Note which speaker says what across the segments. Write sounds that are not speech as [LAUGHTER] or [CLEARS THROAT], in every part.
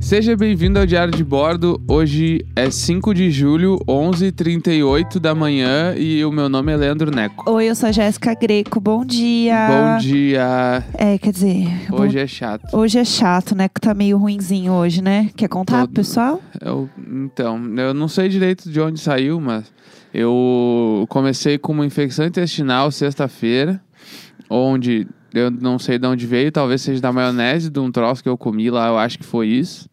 Speaker 1: Seja bem-vindo ao Diário de Bordo. Hoje é 5 de julho, 11h38 da manhã e o meu nome é Leandro Neco.
Speaker 2: Oi, eu sou a Jéssica Greco, bom dia.
Speaker 1: Bom dia.
Speaker 2: É, quer dizer, bom-
Speaker 1: Hoje é chato.
Speaker 2: hoje é chato, né? Que tá meio ruinzinho hoje, né? Quer contar,
Speaker 1: Todo.
Speaker 2: pro pessoal?
Speaker 1: Eu- então, eu não sei direito de onde saiu, mas eu comecei com uma infecção intestinal sexta-feira, onde eu não sei de onde veio, talvez seja da maionese de um troço que eu comi lá, eu acho que foi isso.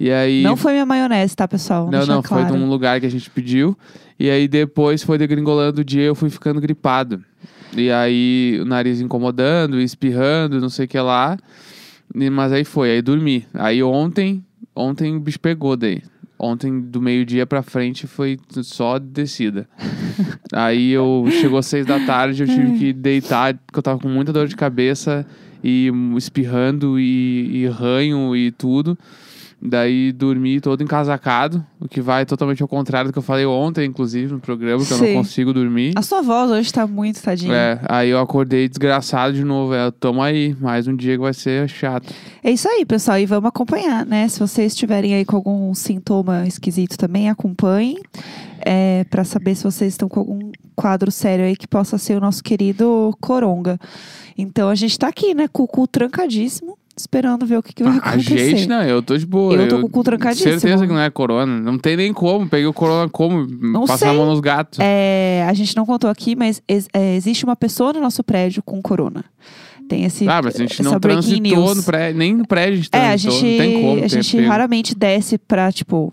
Speaker 1: E aí
Speaker 2: Não foi minha maionese, tá, pessoal?
Speaker 1: Não,
Speaker 2: Deixar
Speaker 1: não, foi de
Speaker 2: claro.
Speaker 1: um lugar que a gente pediu. E aí depois foi degringolando o dia eu fui ficando gripado. E aí o nariz incomodando, espirrando, não sei o que lá. E- Mas aí foi, aí dormi. Aí ontem, ontem o bicho pegou daí. Ontem, do meio-dia pra frente, foi só descida. [LAUGHS] aí eu chegou às seis da tarde, eu tive que deitar, porque eu tava com muita dor de cabeça e hum, espirrando e, e ranho e tudo. Daí dormi todo encasacado, o que vai totalmente ao contrário do que eu falei ontem, inclusive, no programa, que eu não
Speaker 2: Sim.
Speaker 1: consigo dormir.
Speaker 2: A sua voz hoje tá muito tadinha.
Speaker 1: É, aí eu acordei desgraçado de novo. É, tamo aí, mais um dia que vai ser chato.
Speaker 2: É isso aí, pessoal. E vamos acompanhar, né? Se vocês estiverem aí com algum sintoma esquisito também, acompanhem. É, para saber se vocês estão com algum quadro sério aí que possa ser o nosso querido Coronga. Então a gente tá aqui, né? Com o cu trancadíssimo, esperando ver o que, que vai
Speaker 1: A
Speaker 2: acontecer.
Speaker 1: gente, né, não, eu tô de boa.
Speaker 2: Eu tô com o cu trancadíssimo.
Speaker 1: Certeza que não é corona. Não tem nem como. Peguei o corona como? passar a
Speaker 2: sei.
Speaker 1: mão nos gatos.
Speaker 2: É, a gente não contou aqui, mas ex- é, existe uma pessoa no nosso prédio com corona. Tem esse.
Speaker 1: Ah, mas a gente não
Speaker 2: essa breaking
Speaker 1: transitou
Speaker 2: news.
Speaker 1: no prédio, nem no prédio a gente
Speaker 2: É, a
Speaker 1: transitou,
Speaker 2: gente,
Speaker 1: não tem como
Speaker 2: a
Speaker 1: ter
Speaker 2: gente
Speaker 1: pego.
Speaker 2: raramente desce pra, tipo.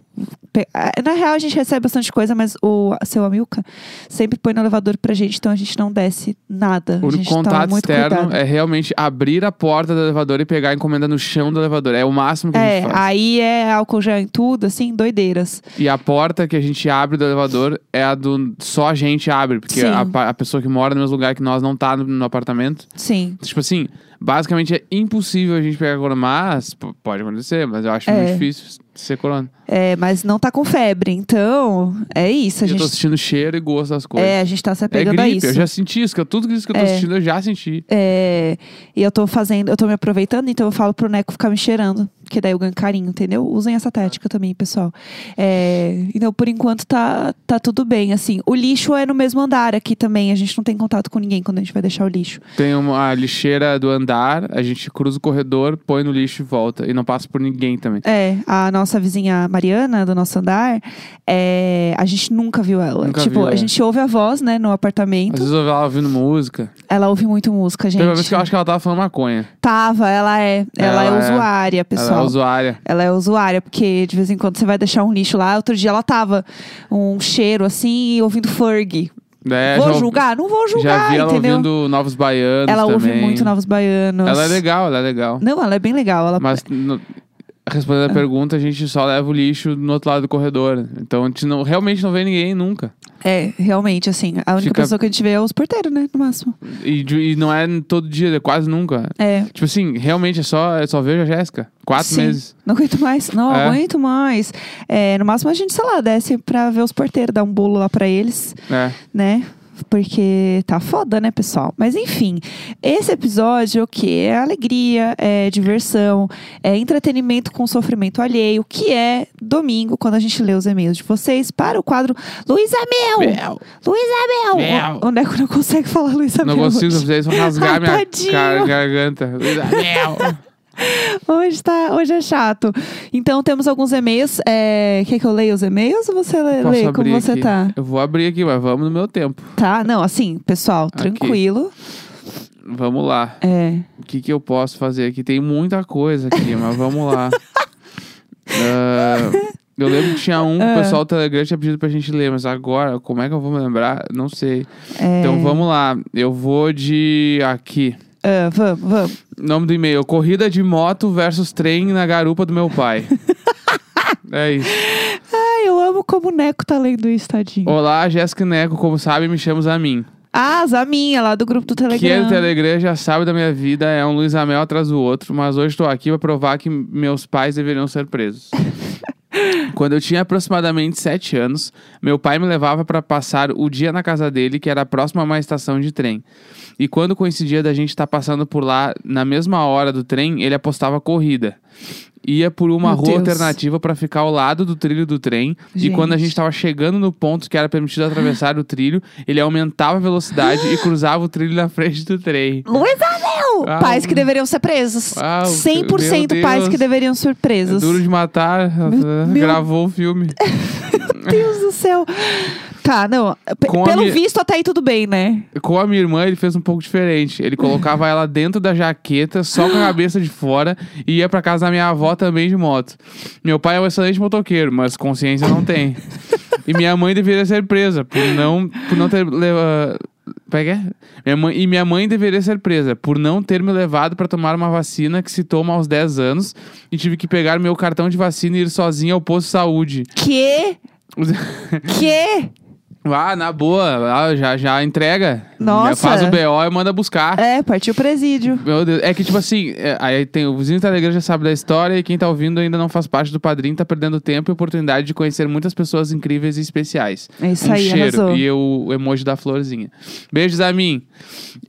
Speaker 2: pe- ah, Na real, a gente recebe bastante coisa, mas o seu Amilca sempre põe no elevador pra gente, então a gente não desce nada.
Speaker 1: O
Speaker 2: a
Speaker 1: único
Speaker 2: gente toma
Speaker 1: contato
Speaker 2: muito
Speaker 1: externo
Speaker 2: cuidado.
Speaker 1: é realmente abrir a porta do elevador e pegar a encomenda no chão do elevador. É o máximo que a
Speaker 2: É,
Speaker 1: gente faz.
Speaker 2: aí é álcool gel em tudo, assim, doideiras.
Speaker 1: E a porta que a gente abre do elevador é a do só a gente abre, porque
Speaker 2: Sim.
Speaker 1: a, pa- a pessoa que mora no mesmo lugar que nós não tá no, no apartamento.
Speaker 2: Sim.
Speaker 1: Tipo assim, basicamente é impossível a gente pegar corona, mas p- pode acontecer, mas eu acho muito
Speaker 2: É.
Speaker 1: difícil ser corona.
Speaker 2: É, mas não tá com febre, então é isso. A
Speaker 1: E eu tô
Speaker 2: gente,
Speaker 1: sentindo cheiro e gosto das coisas.
Speaker 2: é, a gente tá se
Speaker 1: É
Speaker 2: apegando a
Speaker 1: gripe,
Speaker 2: isso.
Speaker 1: eu já senti isso, que eu- tudo isso que eu tô
Speaker 2: É.
Speaker 1: sentindo eu já senti.
Speaker 2: É, e eu tô fazendo, eu tô me aproveitando, então eu falo pro Neco ficar me cheirando, que daí eu ganho carinho, entendeu? Usem essa tática também, pessoal. É, então, por enquanto, tá, tá tudo bem, assim. O lixo é no mesmo andar aqui também, a gente não tem contato com ninguém quando a gente vai deixar o lixo.
Speaker 1: Tem uma lixeira do andar, a gente cruza o corredor, põe no lixo e volta. E não passa por ninguém também.
Speaker 2: É, a nossa vizinha Mariana, do nosso andar, é, a gente nunca viu ela.
Speaker 1: Nunca
Speaker 2: tipo,
Speaker 1: viu,
Speaker 2: a
Speaker 1: é.
Speaker 2: gente ouve a voz, né, no apartamento.
Speaker 1: Às vezes eu ouvi ela ouvindo música.
Speaker 2: Ela ouve muito música, gente.
Speaker 1: Teve uma vez que eu acho que ela tava falando maconha.
Speaker 2: Tava, ela é.
Speaker 1: Ela
Speaker 2: Ela,
Speaker 1: é.
Speaker 2: é usuária, pessoal.
Speaker 1: Ela é usuária.
Speaker 2: Ela é usuária, porque de vez em quando você vai deixar um lixo lá. Outro dia ela tava um cheiro assim, e ouvindo Ferg.
Speaker 1: É,
Speaker 2: vou
Speaker 1: já-
Speaker 2: julgar? Não vou julgar,
Speaker 1: Já vi ela
Speaker 2: entendeu?
Speaker 1: ouvindo Novos Baianos
Speaker 2: ela ouve
Speaker 1: também.
Speaker 2: muito Novos Baianos.
Speaker 1: Ela é legal, ela é legal.
Speaker 2: Não, ela é Ah. bem legal. Ela...
Speaker 1: Mas no- respondendo a pergunta, a gente só leva o lixo no outro lado do corredor. Então a gente não, realmente não vê ninguém nunca.
Speaker 2: É, realmente, assim. A única
Speaker 1: Fica-
Speaker 2: pessoa que a gente vê é os porteiros, né? No máximo.
Speaker 1: E, de- e não é todo dia, é quase nunca.
Speaker 2: É.
Speaker 1: Tipo assim, realmente é só, eu só vejo a Jéssica. Quatro
Speaker 2: Sim.
Speaker 1: meses.
Speaker 2: Não aguento mais, não
Speaker 1: É.
Speaker 2: aguento mais. É, no máximo a gente, sei lá, desce pra ver os porteiros, dar um bolo lá pra eles.
Speaker 1: É.
Speaker 2: né? Porque tá foda, né, pessoal? Mas enfim, esse episódio é o que? É alegria, é diversão, é entretenimento com sofrimento alheio, que é domingo, quando a gente lê os e-mails de vocês, para o quadro Luísa Mel!
Speaker 1: Mel.
Speaker 2: Luísa Mel! O Neco não consegue falar Luísa
Speaker 1: Não
Speaker 2: Mel.
Speaker 1: consigo
Speaker 2: hoje.
Speaker 1: fazer isso, vou rasgar
Speaker 2: Ai,
Speaker 1: minha
Speaker 2: Tá [LAUGHS] tadinho.
Speaker 1: car- garganta. Mel.
Speaker 2: Hoje, tá, hoje é chato. Então temos alguns e-mails. É, quer que eu leia os e-mails ou você lê,
Speaker 1: Posso
Speaker 2: lê
Speaker 1: abrir
Speaker 2: como você
Speaker 1: aqui?
Speaker 2: tá?
Speaker 1: Eu vou abrir aqui, mas vamos no meu tempo.
Speaker 2: Tá? Não, assim, pessoal, tranquilo.
Speaker 1: Vamos lá.
Speaker 2: É.
Speaker 1: O que, que eu posso fazer aqui? Tem muita coisa aqui, mas vamos
Speaker 2: [LAUGHS]
Speaker 1: lá. Ah, eu lembro que tinha um
Speaker 2: Ah.
Speaker 1: que o pessoal do Telegram tinha pedido pra gente ler, mas agora, como é que eu vou me lembrar? Não sei.
Speaker 2: é.
Speaker 1: Então vamos lá. Eu vou de aqui.
Speaker 2: Ah, vamos, vamos.
Speaker 1: Nome do e-mail: Corrida de moto versus trem na garupa do meu
Speaker 2: [LAUGHS]
Speaker 1: pai. é isso.
Speaker 2: Ai, eu amo como o Neco tá lendo isso, tadinho.
Speaker 1: Olá, Jéssica e Neco, como sabe, me chamo Zamin.
Speaker 2: Ah, Zaminha, lá do grupo do Telegram.
Speaker 1: Quem é do Telegram já sabe da minha vida, é um
Speaker 2: [LAUGHS]
Speaker 1: Luiz Amel atrás do outro, mas hoje estou aqui para provar que meus pais deveriam ser presos. Quando eu tinha aproximadamente 7 anos, meu pai me levava para passar o dia na casa dele, que era próxima a uma estação de trem. E quando coincidia da gente estar passando por lá na mesma hora do trem, ele apostava corrida. Ia por uma
Speaker 2: Meu
Speaker 1: rua
Speaker 2: Deus.
Speaker 1: alternativa para ficar ao lado do trilho do trem. E
Speaker 2: Gente.
Speaker 1: quando a gente estava chegando no ponto que era permitido atravessar o trilho, ele aumentava a velocidade
Speaker 2: [GASPS]
Speaker 1: e cruzava o trilho na frente do trem.
Speaker 2: Luiz Anel!
Speaker 1: Uau.
Speaker 2: Pais que deveriam ser presos.
Speaker 1: Uau,
Speaker 2: 100%
Speaker 1: Ah, meu
Speaker 2: pais
Speaker 1: Deus.
Speaker 2: que deveriam ser presos.
Speaker 1: É Duro de matar,
Speaker 2: meu-
Speaker 1: [LAUGHS] gravou o filme.
Speaker 2: Meu Deus do céu. Tá, não. P-
Speaker 1: Com a
Speaker 2: pelo
Speaker 1: minha-
Speaker 2: visto, até aí tudo bem, né?
Speaker 1: Com a minha irmã, ele fez um pouco diferente. Ele colocava ela dentro da jaqueta, só com a cabeça de fora, e ia pra casa da minha avó também de moto. Meu pai é um excelente motoqueiro, mas consciência não tem. e minha mãe deveria ser presa por não, por não ter levado. Como é que é? Minha mãe, e minha mãe deveria ser presa por não ter me levado pra tomar uma vacina que se toma aos 10 anos e tive que pegar meu cartão de vacina e ir sozinha ao posto de saúde. [LAUGHS]
Speaker 2: Que? Que?
Speaker 1: ah, na boa, ah, já, já entrega.
Speaker 2: Nossa.
Speaker 1: Já faz o BO e manda buscar.
Speaker 2: É, partiu o presídio.
Speaker 1: Meu Deus, é que tipo assim, é, aí tem o vizinho do Telegram já sabe da história e quem tá ouvindo ainda não faz parte do padrinho, tá perdendo tempo e oportunidade de conhecer muitas pessoas incríveis e especiais.
Speaker 2: É isso
Speaker 1: um
Speaker 2: aí,
Speaker 1: cheiro
Speaker 2: arrasou.
Speaker 1: e o o emoji da florzinha. Beijos a mim.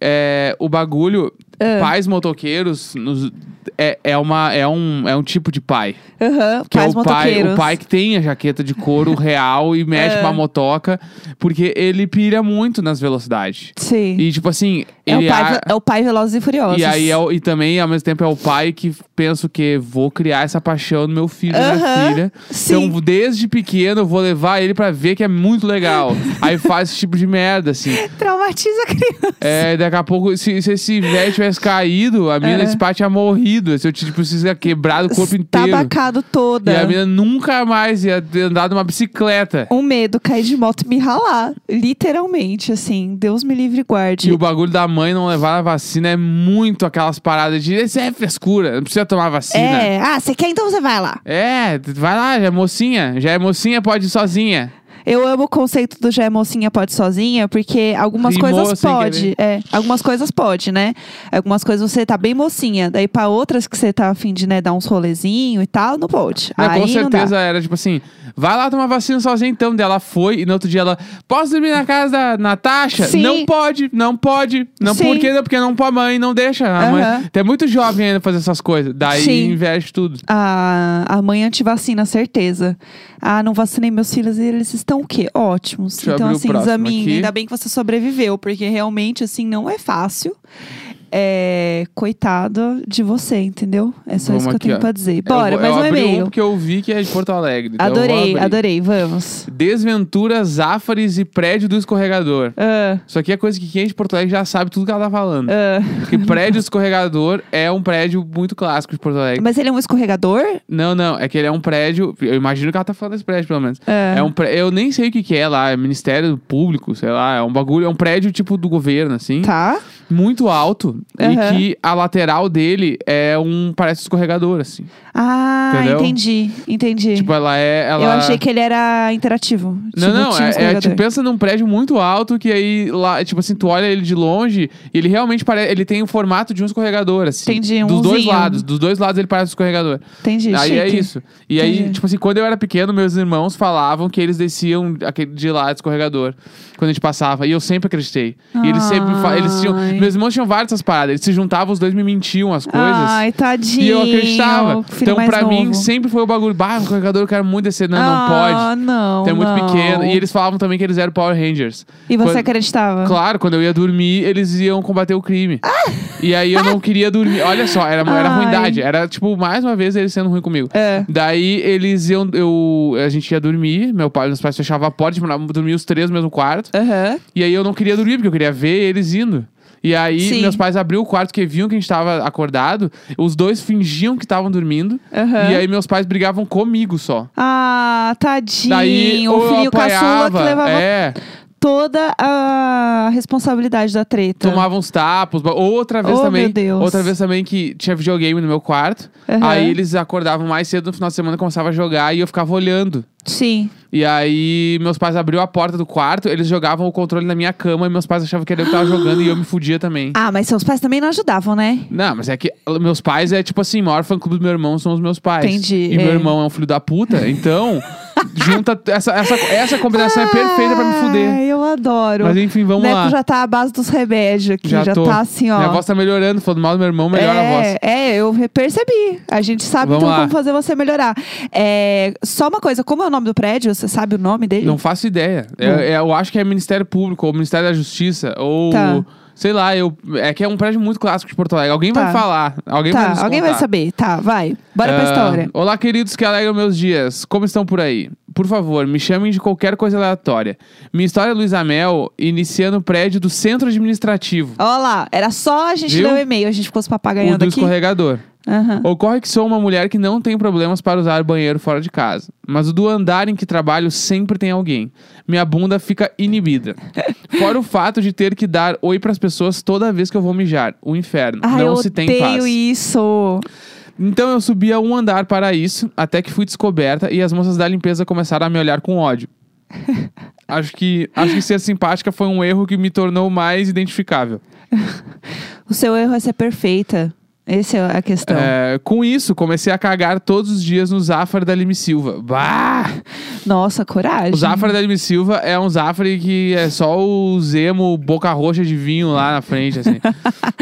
Speaker 1: É, o bagulho,
Speaker 2: Ah.
Speaker 1: pais motoqueiros nos- é, é, uma, é, um, é um tipo de pai.
Speaker 2: Aham,
Speaker 1: Que
Speaker 2: pais
Speaker 1: é o pai,
Speaker 2: motoqueiros. Ah.
Speaker 1: o pai que tem a jaqueta de couro real e mete pra motoca, porque ele pira muito nas velocidades.
Speaker 2: Sim.
Speaker 1: E tipo assim,
Speaker 2: É
Speaker 1: ele
Speaker 2: o, pai,
Speaker 1: a-
Speaker 2: ve- é o pai Velozes e Furiosos.
Speaker 1: e aí é o- e também, ao mesmo tempo, é o pai que pensa o quê? Vou criar essa paixão no meu filho, na
Speaker 2: Aham,
Speaker 1: minha filha.
Speaker 2: sim.
Speaker 1: Então, desde pequeno, eu vou levar ele pra ver que é muito
Speaker 2: [LAUGHS]
Speaker 1: legal. aí faz esse tipo de merda, assim.
Speaker 2: Traumatiza a criança.
Speaker 1: É, daqui a pouco, se, se esse velho tivesse caído, a mina desse pai tinha morrido. Se eu tinha, tipo, se tinha quebrado o corpo
Speaker 2: tá
Speaker 1: inteiro.
Speaker 2: Tabacado toda.
Speaker 1: E a mina nunca mais ia ter andado uma bicicleta.
Speaker 2: Um medo, cair de moto e me ralar. Literalmente, assim. Deus me livre e guarde.
Speaker 1: E o bagulho da mãe não levar a vacina é muito aquelas paradas de isso é frescura, não precisa tomar vacina.
Speaker 2: É, ah, você quer? Então você vai lá.
Speaker 1: É, t- vai lá, já é mocinha. Já é mocinha, pode ir sozinha.
Speaker 2: Eu amo o conceito do já é mocinha pode sozinha, porque algumas
Speaker 1: Rimou
Speaker 2: coisas
Speaker 1: sem
Speaker 2: pode. É, algumas coisas pode, né? Algumas coisas você tá bem mocinha. Daí pra outras que você tá afim de, né, dar uns rolezinho e tal, não pode.
Speaker 1: Né,
Speaker 2: Aí
Speaker 1: com
Speaker 2: não dá.
Speaker 1: certeza era tipo assim: vai lá tomar vacina sozinha então. Daí ela foi e no outro dia ela, posso dormir na casa da Natasha?
Speaker 2: Sim.
Speaker 1: Não pode, não pode. Não,
Speaker 2: Sim.
Speaker 1: por quê? Não, porque não pode, mãe, não deixa. A
Speaker 2: Aham.
Speaker 1: mãe, tem muito jovem ainda fazer essas coisas. Daí
Speaker 2: Sim.
Speaker 1: investe tudo.
Speaker 2: A, a mãe antivacina, certeza. Ah, não vacinei meus filhos e eles estão o quê? Ótimos.
Speaker 1: Deixa eu
Speaker 2: então,
Speaker 1: abrir o
Speaker 2: assim,
Speaker 1: próximo
Speaker 2: examine.
Speaker 1: aqui.
Speaker 2: Ainda bem que você sobreviveu, porque realmente, assim, não é fácil. É, coitado de você, entendeu? É só
Speaker 1: Vamos
Speaker 2: isso que eu
Speaker 1: aqui,
Speaker 2: tenho
Speaker 1: ó.
Speaker 2: pra dizer.
Speaker 1: Eu
Speaker 2: Bora,
Speaker 1: vou-
Speaker 2: mais
Speaker 1: eu
Speaker 2: um
Speaker 1: abri
Speaker 2: e-mail.
Speaker 1: porque eu vi que é de Porto Alegre. então eu vou
Speaker 2: adorei,
Speaker 1: abrir.
Speaker 2: adorei, vamos.
Speaker 1: Desventura, Zafares e prédio do escorregador.
Speaker 2: Ah,
Speaker 1: Isso aqui é coisa que quem é de Porto Alegre já sabe tudo que ela tá falando.
Speaker 2: ah.
Speaker 1: Porque prédio escorregador é um prédio muito clássico de Porto Alegre.
Speaker 2: Mas ele é um escorregador?
Speaker 1: Não, não, é que ele é um prédio. Eu imagino que ela tá falando desse prédio, pelo menos.
Speaker 2: É.
Speaker 1: um pré- Eu nem sei o que, que é lá, é Ministério Público, sei lá. É um bagulho, é um prédio tipo do governo, assim.
Speaker 2: Tá.
Speaker 1: Muito alto.
Speaker 2: Aham.
Speaker 1: E que a lateral dele é um. Parece um escorregador, assim.
Speaker 2: Ah,
Speaker 1: Entendeu?
Speaker 2: entendi, entendi.
Speaker 1: Tipo, ela é. Ela...
Speaker 2: Eu achei que ele era interativo.
Speaker 1: Não,
Speaker 2: tipo,
Speaker 1: não,
Speaker 2: tinha um
Speaker 1: é, é,
Speaker 2: escorregador.
Speaker 1: tipo, pensa num prédio muito alto que aí lá, tipo assim, tu olha ele de longe e ele realmente parece, ele tem o formato de um escorregador, assim.
Speaker 2: Entendi, um
Speaker 1: Dos dois
Speaker 2: Uzinho.
Speaker 1: lados, dos dois lados ele parece um escorregador.
Speaker 2: Entendi,
Speaker 1: Aí é
Speaker 2: chique.
Speaker 1: isso. E aí,
Speaker 2: Entendi.
Speaker 1: tipo assim, quando eu era pequeno, meus irmãos falavam que eles desciam aquele de lá do escorregador. Quando a gente passava. E eu sempre acreditei. E eles sempre fa- eles tinham.
Speaker 2: Ai.
Speaker 1: Meus irmãos tinham várias essas paradas. Eles se juntavam, os dois me mentiam as coisas.
Speaker 2: Ai, tadinho.
Speaker 1: E eu acreditava.
Speaker 2: Filho
Speaker 1: Então,
Speaker 2: mais
Speaker 1: pra mim,
Speaker 2: novo.
Speaker 1: sempre foi o bagulho. Bah, o escorregador eu quero muito descer. Não, não pode.
Speaker 2: Ah, não.
Speaker 1: Então é muito
Speaker 2: não.
Speaker 1: pequeno. E eles falavam também que eles eram Power Rangers.
Speaker 2: E você
Speaker 1: Quando-
Speaker 2: acreditava?
Speaker 1: Claro, quando eu ia dormir, eles iam combater o crime. E aí eu não queria dormir. Olha só, era, era
Speaker 2: Ai.
Speaker 1: ruindade. Era, tipo, mais uma vez eles sendo ruim comigo.
Speaker 2: É.
Speaker 1: Daí eles iam. Eu, a gente ia dormir, meu pai, meus pais fechavam a porta, tipo, nós dormíamos os três no mesmo quarto.
Speaker 2: Aham.
Speaker 1: E aí eu não queria dormir, porque eu queria ver eles indo. E aí
Speaker 2: Sim.
Speaker 1: meus pais abriam o quarto, porque viam que a gente tava acordado. Os dois fingiam que estavam dormindo.
Speaker 2: Aham.
Speaker 1: E aí meus pais brigavam comigo só.
Speaker 2: Ah, tadinho.
Speaker 1: Daí
Speaker 2: o
Speaker 1: ou eu
Speaker 2: filho caçula que
Speaker 1: apanhava,
Speaker 2: levava
Speaker 1: É.
Speaker 2: toda a responsabilidade da treta.
Speaker 1: Tomava uns tapos. ba- ou Outra vez
Speaker 2: Tá. Oh,
Speaker 1: também.
Speaker 2: meu Deus.
Speaker 1: Outra vez também que tinha videogame no meu quarto.
Speaker 2: Aham.
Speaker 1: Aí eles acordavam mais cedo no final de semana, começava a jogar e eu ficava olhando.
Speaker 2: Sim.
Speaker 1: E aí meus pais abriu a porta do quarto, eles jogavam o controle na minha cama e meus pais achavam que era eu que tava jogando e eu me fudia também.
Speaker 2: Ah, mas seus pais também não ajudavam, né?
Speaker 1: Não, mas é que meus pais é tipo assim, o maior fã clube do meu irmão são os meus pais.
Speaker 2: Entendi,
Speaker 1: E meu
Speaker 2: é.
Speaker 1: irmão é um filho da puta,
Speaker 2: [LAUGHS]
Speaker 1: então junta essa, essa, essa combinação é perfeita pra me fuder.
Speaker 2: Ai, Ah, eu adoro.
Speaker 1: Mas enfim,
Speaker 2: o
Speaker 1: vamos
Speaker 2: Neco
Speaker 1: lá.
Speaker 2: já tá à base dos remédios aqui. Já,
Speaker 1: tô.
Speaker 2: tá assim, ó.
Speaker 1: Minha voz tá melhorando, falando mal do meu irmão, melhora
Speaker 2: é,
Speaker 1: a voz.
Speaker 2: É, eu re- percebi. A gente sabe
Speaker 1: Vamos
Speaker 2: então
Speaker 1: lá.
Speaker 2: como fazer você melhorar. É, só uma coisa, como é o nome do prédio? Você sabe o nome dele?
Speaker 1: Não faço ideia. É-
Speaker 2: Bom.
Speaker 1: é- eu acho que é Ministério Público, ou Ministério da Justiça, ou.
Speaker 2: Tá.
Speaker 1: Sei lá, eu, é que é um prédio muito clássico de Porto Alegre. Alguém
Speaker 2: Tá.
Speaker 1: vai falar. Alguém vai
Speaker 2: tá,
Speaker 1: nos
Speaker 2: alguém vai
Speaker 1: contar.
Speaker 2: saber. Tá, vai. Bora pra
Speaker 1: Ah,
Speaker 2: história.
Speaker 1: Olá, queridos que alegram meus dias. Como estão por aí? Por favor, me chamem de qualquer coisa aleatória. Minha história é Luísa Mel, iniciando o prédio do Centro Administrativo.
Speaker 2: Olha lá, era só a gente
Speaker 1: Viu?
Speaker 2: ler o e-mail, a gente ficou se
Speaker 1: O do
Speaker 2: papagaiando aqui.
Speaker 1: escorregador.
Speaker 2: Aham.
Speaker 1: Ocorre que sou uma mulher que não tem problemas para usar banheiro fora de casa. Mas o do andar em que trabalho sempre tem alguém. Minha bunda fica inibida. Fora o fato de ter que dar oi para as pessoas toda vez que eu vou mijar. O inferno.
Speaker 2: Ai,
Speaker 1: não
Speaker 2: eu
Speaker 1: se tem
Speaker 2: odeio
Speaker 1: paz.
Speaker 2: isso.
Speaker 1: Então eu subia um andar para isso, até que fui descoberta e as moças da limpeza começaram a me olhar com
Speaker 2: [LAUGHS]
Speaker 1: ódio. acho que acho que ser simpática foi um erro que me tornou mais identificável.
Speaker 2: O seu erro é ser perfeita. Essa é a questão.
Speaker 1: É, com isso, comecei a cagar todos os dias no Zafra da Lime Silva. Bah!
Speaker 2: Nossa, coragem.
Speaker 1: O Zafra da Lime Silva é um Zafra que é só o Zemo boca roxa de vinho lá na frente, assim.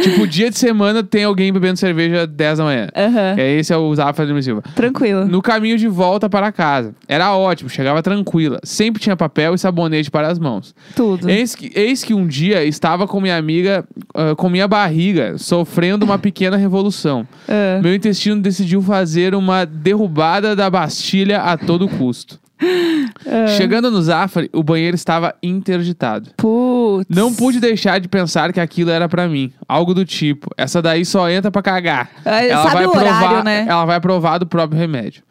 Speaker 1: tipo, dia de semana tem alguém bebendo cerveja 10 da manhã.
Speaker 2: Aham.
Speaker 1: É, esse é o Zafra da Lime Silva.
Speaker 2: Tranquilo.
Speaker 1: No caminho de volta para casa. Era ótimo, chegava tranquila. Sempre tinha papel e sabonete para as mãos.
Speaker 2: Tudo.
Speaker 1: Eis que, eis que um dia estava com minha amiga, ah, com minha barriga, sofrendo uma pequena revolução.
Speaker 2: Ah.
Speaker 1: Meu intestino decidiu fazer uma derrubada da Bastilha a todo custo. Chegando no Zafari, o banheiro estava interditado.
Speaker 2: Putz.
Speaker 1: Não pude deixar de pensar que aquilo era pra mim. Algo do tipo. Essa daí só entra pra cagar.
Speaker 2: Ah, sabe o horário,
Speaker 1: provar,
Speaker 2: né?
Speaker 1: Ela vai provar do próprio remédio.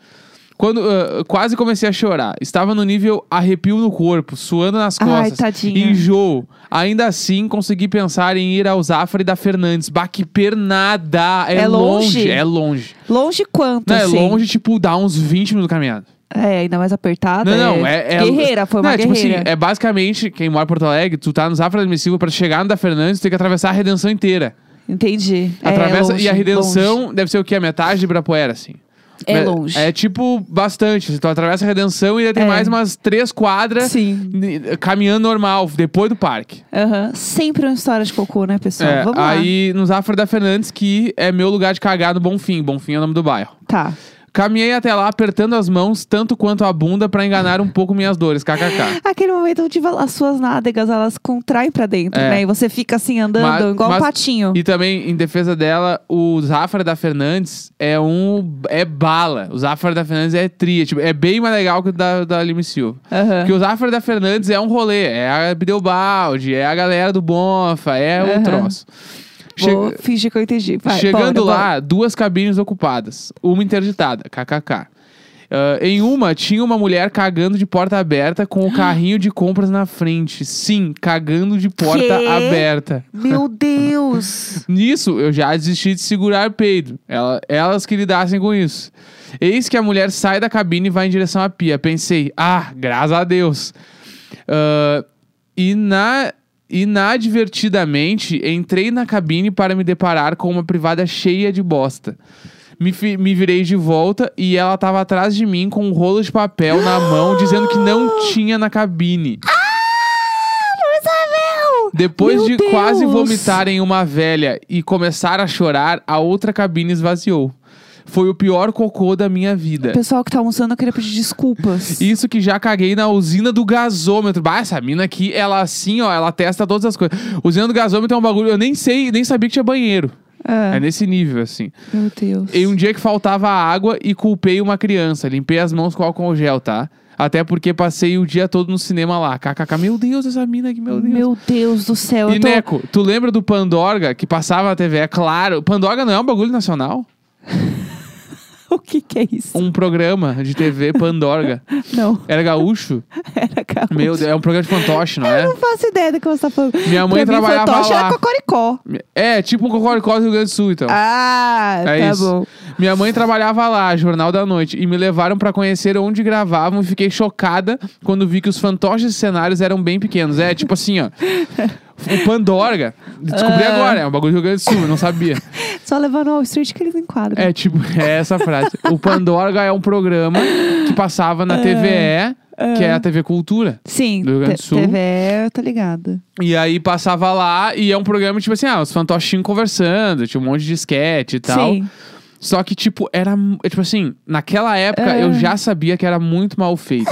Speaker 1: Quando ah, quase comecei a chorar. Estava no nível arrepio no corpo, suando nas
Speaker 2: Ai,
Speaker 1: costas.
Speaker 2: tadinha.
Speaker 1: Enjoo. Ainda assim, consegui pensar em ir ao Zafre da Fernandes. Bah, que pernada! É,
Speaker 2: É longe?
Speaker 1: É longe.
Speaker 2: Longe quanto,
Speaker 1: Não, é
Speaker 2: assim?
Speaker 1: longe, tipo, dá uns 20 minutos caminhando.
Speaker 2: É, ainda mais apertada.
Speaker 1: Não, não, é, é-
Speaker 2: Guerreira, foi uma
Speaker 1: não, é tipo
Speaker 2: guerreira.
Speaker 1: assim, é basicamente, quem mora em Porto Alegre, tu tá no Zafra Admissível pra chegar no da Fernandes, tu tem que atravessar a redenção inteira.
Speaker 2: Entendi. É,
Speaker 1: Atravessa,
Speaker 2: longe,
Speaker 1: e a redenção
Speaker 2: longe.
Speaker 1: deve ser o quê? A metade de Ibirapuera, assim.
Speaker 2: É
Speaker 1: Mas-
Speaker 2: longe.
Speaker 1: É tipo bastante. assim, Tu atravessa a redenção e ainda tem
Speaker 2: É.
Speaker 1: mais umas três quadras
Speaker 2: Sim.
Speaker 1: n- caminhando normal, depois do parque.
Speaker 2: Aham. Sempre uma história de cocô, né, pessoal?
Speaker 1: É,
Speaker 2: Vamos
Speaker 1: aí no Zafra da Fernandes, que é meu lugar de cagar no Bonfim. Bonfim é o nome do bairro.
Speaker 2: lá. Tá.
Speaker 1: Caminhei até lá apertando as mãos tanto quanto a bunda pra enganar um pouco minhas dores, kkk.
Speaker 2: Aquele momento onde as suas nádegas, elas contraem pra dentro,
Speaker 1: É.
Speaker 2: né? E você fica assim, andando,
Speaker 1: Mas-
Speaker 2: igual um
Speaker 1: mas-
Speaker 2: patinho.
Speaker 1: E também, em defesa dela, o Zafra da Fernandes é um. é bala. O Zafra da Fernandes é tria. Tipo, é bem mais legal que o da, da Lime Silva.
Speaker 2: Aham.
Speaker 1: Porque o Zafra da Fernandes é um rolê. É a Bideobaldi, é a galera do Bonfa, é o
Speaker 2: Aham.
Speaker 1: troço.
Speaker 2: Vou
Speaker 1: Che-
Speaker 2: fingir que eu entendi. Vai,
Speaker 1: Chegando
Speaker 2: bora, bora.
Speaker 1: lá, duas cabines ocupadas, uma interditada, kkk. Ah, em uma, tinha uma mulher cagando de porta aberta com
Speaker 2: [GASPS]
Speaker 1: o carrinho de compras na frente. Sim, cagando de porta
Speaker 2: Quê?
Speaker 1: aberta.
Speaker 2: Meu
Speaker 1: [LAUGHS]
Speaker 2: Deus!
Speaker 1: Nisso, eu já desisti de segurar peido. Ela- elas que lidassem com isso. Eis que a mulher sai da cabine e vai em direção à pia. Pensei, ah, graças a Deus. Ah, e na. Inadvertidamente, entrei na cabine para me deparar com uma privada cheia de bosta. Me, fi- me virei de volta e ela estava atrás de mim com um rolo de papel na mão, dizendo que não tinha na cabine.
Speaker 2: Isabel!
Speaker 1: Depois
Speaker 2: Meu
Speaker 1: de
Speaker 2: Deus!
Speaker 1: quase vomitar em uma velha e começar a chorar, a outra cabine esvaziou. Foi o pior cocô da minha vida.
Speaker 2: O pessoal que tá almoçando, eu queria pedir desculpas.
Speaker 1: Isso que já caguei na usina do gasômetro. Bah, essa mina aqui, ela assim, ó, ela testa todas as coisas. Usina do gasômetro é um bagulho, eu nem sei, nem sabia que tinha banheiro.
Speaker 2: É.
Speaker 1: É nesse nível, assim.
Speaker 2: Meu Deus.
Speaker 1: Em um dia que faltava água e culpei uma criança. Limpei as mãos com álcool gel, tá? Até porque passei o dia todo no cinema lá. KKK. Meu Deus, essa mina aqui, meu Deus.
Speaker 2: Meu Deus do céu.
Speaker 1: E
Speaker 2: Então
Speaker 1: né-
Speaker 2: eu tô...
Speaker 1: Neco, tu lembra do Pandorga que passava na TV? É claro. Pandorga não é um bagulho nacional?
Speaker 2: [LAUGHS] o que que é isso?
Speaker 1: Um programa de TV
Speaker 2: [LAUGHS]
Speaker 1: Pandorga.
Speaker 2: Não,
Speaker 1: Era gaúcho?
Speaker 2: era gaúcho.
Speaker 1: Meu Deus, é um programa de fantoche, não é?
Speaker 2: Eu não faço ideia do que você tá falando.
Speaker 1: Minha mãe
Speaker 2: pra
Speaker 1: trabalhava
Speaker 2: mim, fantoche
Speaker 1: lá.
Speaker 2: era Cocoricó.
Speaker 1: É, tipo um Cocoricó do Rio Grande do Sul, então.
Speaker 2: Ah,
Speaker 1: É
Speaker 2: tá
Speaker 1: isso.
Speaker 2: bom.
Speaker 1: Minha mãe trabalhava lá, Jornal da Noite, e me levaram pra conhecer onde gravavam e fiquei chocada quando vi que os fantoches e cenários eram bem pequenos. É, tipo assim, ó. O Pandorga, descobri
Speaker 2: Ah.
Speaker 1: agora, é um bagulho do Rio Grande do Sul, não sabia.
Speaker 2: Só levando ao street que eles enquadram.
Speaker 1: É tipo, [LAUGHS] é essa a frase. O Pandorga é um programa que passava
Speaker 2: É,
Speaker 1: na TVE, que é a TV Cultura.
Speaker 2: Sim,
Speaker 1: do Rio Grande do
Speaker 2: te-
Speaker 1: Sul.
Speaker 2: TV, eu tô ligada.
Speaker 1: E aí passava lá e é um programa, tipo assim, ah, os fantochinhos conversando, tinha um monte de esquete e tal.
Speaker 2: Sim.
Speaker 1: Só que, tipo, era. mu- Tipo assim, naquela época
Speaker 2: Ah.
Speaker 1: eu já sabia que era muito mal
Speaker 2: [LAUGHS]
Speaker 1: feito.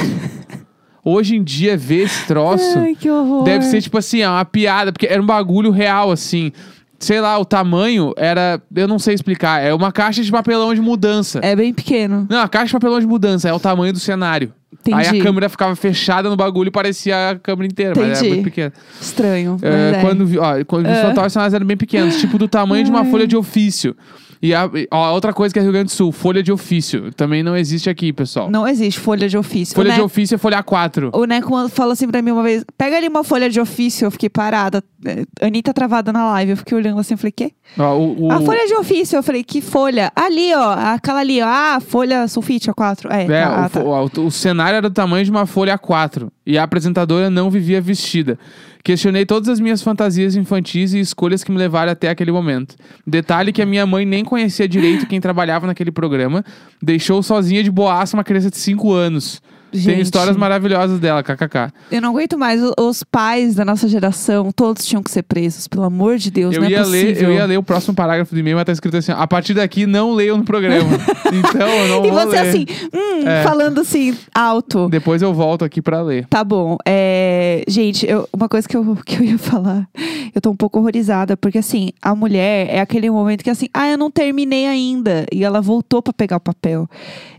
Speaker 1: Hoje em dia, ver esse troço
Speaker 2: Ai, que horror.
Speaker 1: deve ser, tipo assim, ah, uma piada, porque era um bagulho real, assim. Sei lá, o tamanho era. Eu não sei explicar. É uma caixa de papelão de mudança.
Speaker 2: É bem pequeno.
Speaker 1: Não, a caixa de papelão de mudança é o tamanho do cenário.
Speaker 2: Entendi.
Speaker 1: Aí a câmera ficava fechada no bagulho e parecia a câmera inteira, mas era
Speaker 2: Entendi.
Speaker 1: muito pequena.
Speaker 2: Estranho.
Speaker 1: É,
Speaker 2: mas é.
Speaker 1: quando vi, ó, quando vi os
Speaker 2: Ah.
Speaker 1: fantoches, elas eram bem pequenas, tipo do tamanho de uma folha de ofício. E a, ó, outra coisa que é Rio Grande do Sul, folha de ofício. Também não existe aqui, pessoal.
Speaker 2: Não né? existe folha de ofício.
Speaker 1: Folha
Speaker 2: o
Speaker 1: de
Speaker 2: Neco,
Speaker 1: ofício é folha A4.
Speaker 2: o Neco falou assim pra mim uma vez: pega ali uma folha de ofício. Eu fiquei parada. É, Anitta travada na live. Eu fiquei olhando assim, eu falei: quê?
Speaker 1: Ó, o, o-
Speaker 2: A folha de ofício. Eu falei: que folha? Ali, ó. Aquela ali, ó. Ah, folha sulfite, A4. É,
Speaker 1: é,
Speaker 2: tá,
Speaker 1: o
Speaker 2: ah, tá.
Speaker 1: fo- ó, o, o cenário era do tamanho de uma folha A4 e a apresentadora não vivia vestida. Questionei todas as minhas fantasias infantis e escolhas que me levaram até aquele momento. Detalhe que a minha mãe nem conhecia direito quem trabalhava naquele programa, deixou sozinha de boaça uma criança de 5 anos. Tem
Speaker 2: Gente.
Speaker 1: histórias maravilhosas dela, kkk.
Speaker 2: Eu não aguento mais. O- Os pais da nossa geração, todos tinham que ser presos, pelo amor de Deus.
Speaker 1: Eu
Speaker 2: não
Speaker 1: ia,
Speaker 2: é
Speaker 1: ler,
Speaker 2: possível.
Speaker 1: eu ia ler o próximo parágrafo do e-mail, mas tá escrito assim: ó, a partir daqui não leiam no
Speaker 2: [LAUGHS]
Speaker 1: programa. então eu não
Speaker 2: E
Speaker 1: vou
Speaker 2: você
Speaker 1: ler.
Speaker 2: assim, hum,
Speaker 1: É.
Speaker 2: falando assim, alto.
Speaker 1: Depois eu volto aqui pra ler.
Speaker 2: Tá bom. É, gente, eu- uma coisa que eu, [LAUGHS] que eu ia falar, eu tô um pouco horrorizada, porque assim, a mulher é aquele momento que assim, ah, eu não terminei ainda. E ela voltou pra pegar o papel.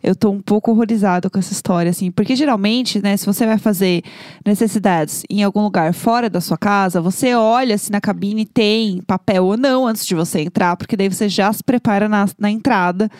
Speaker 2: Eu tô um pouco horrorizada com essa história, assim. Porque geralmente, né, se você vai fazer necessidades em algum lugar fora da sua casa, você olha se na cabine tem papel ou não antes de você entrar, porque daí você já se prepara na, na entrada.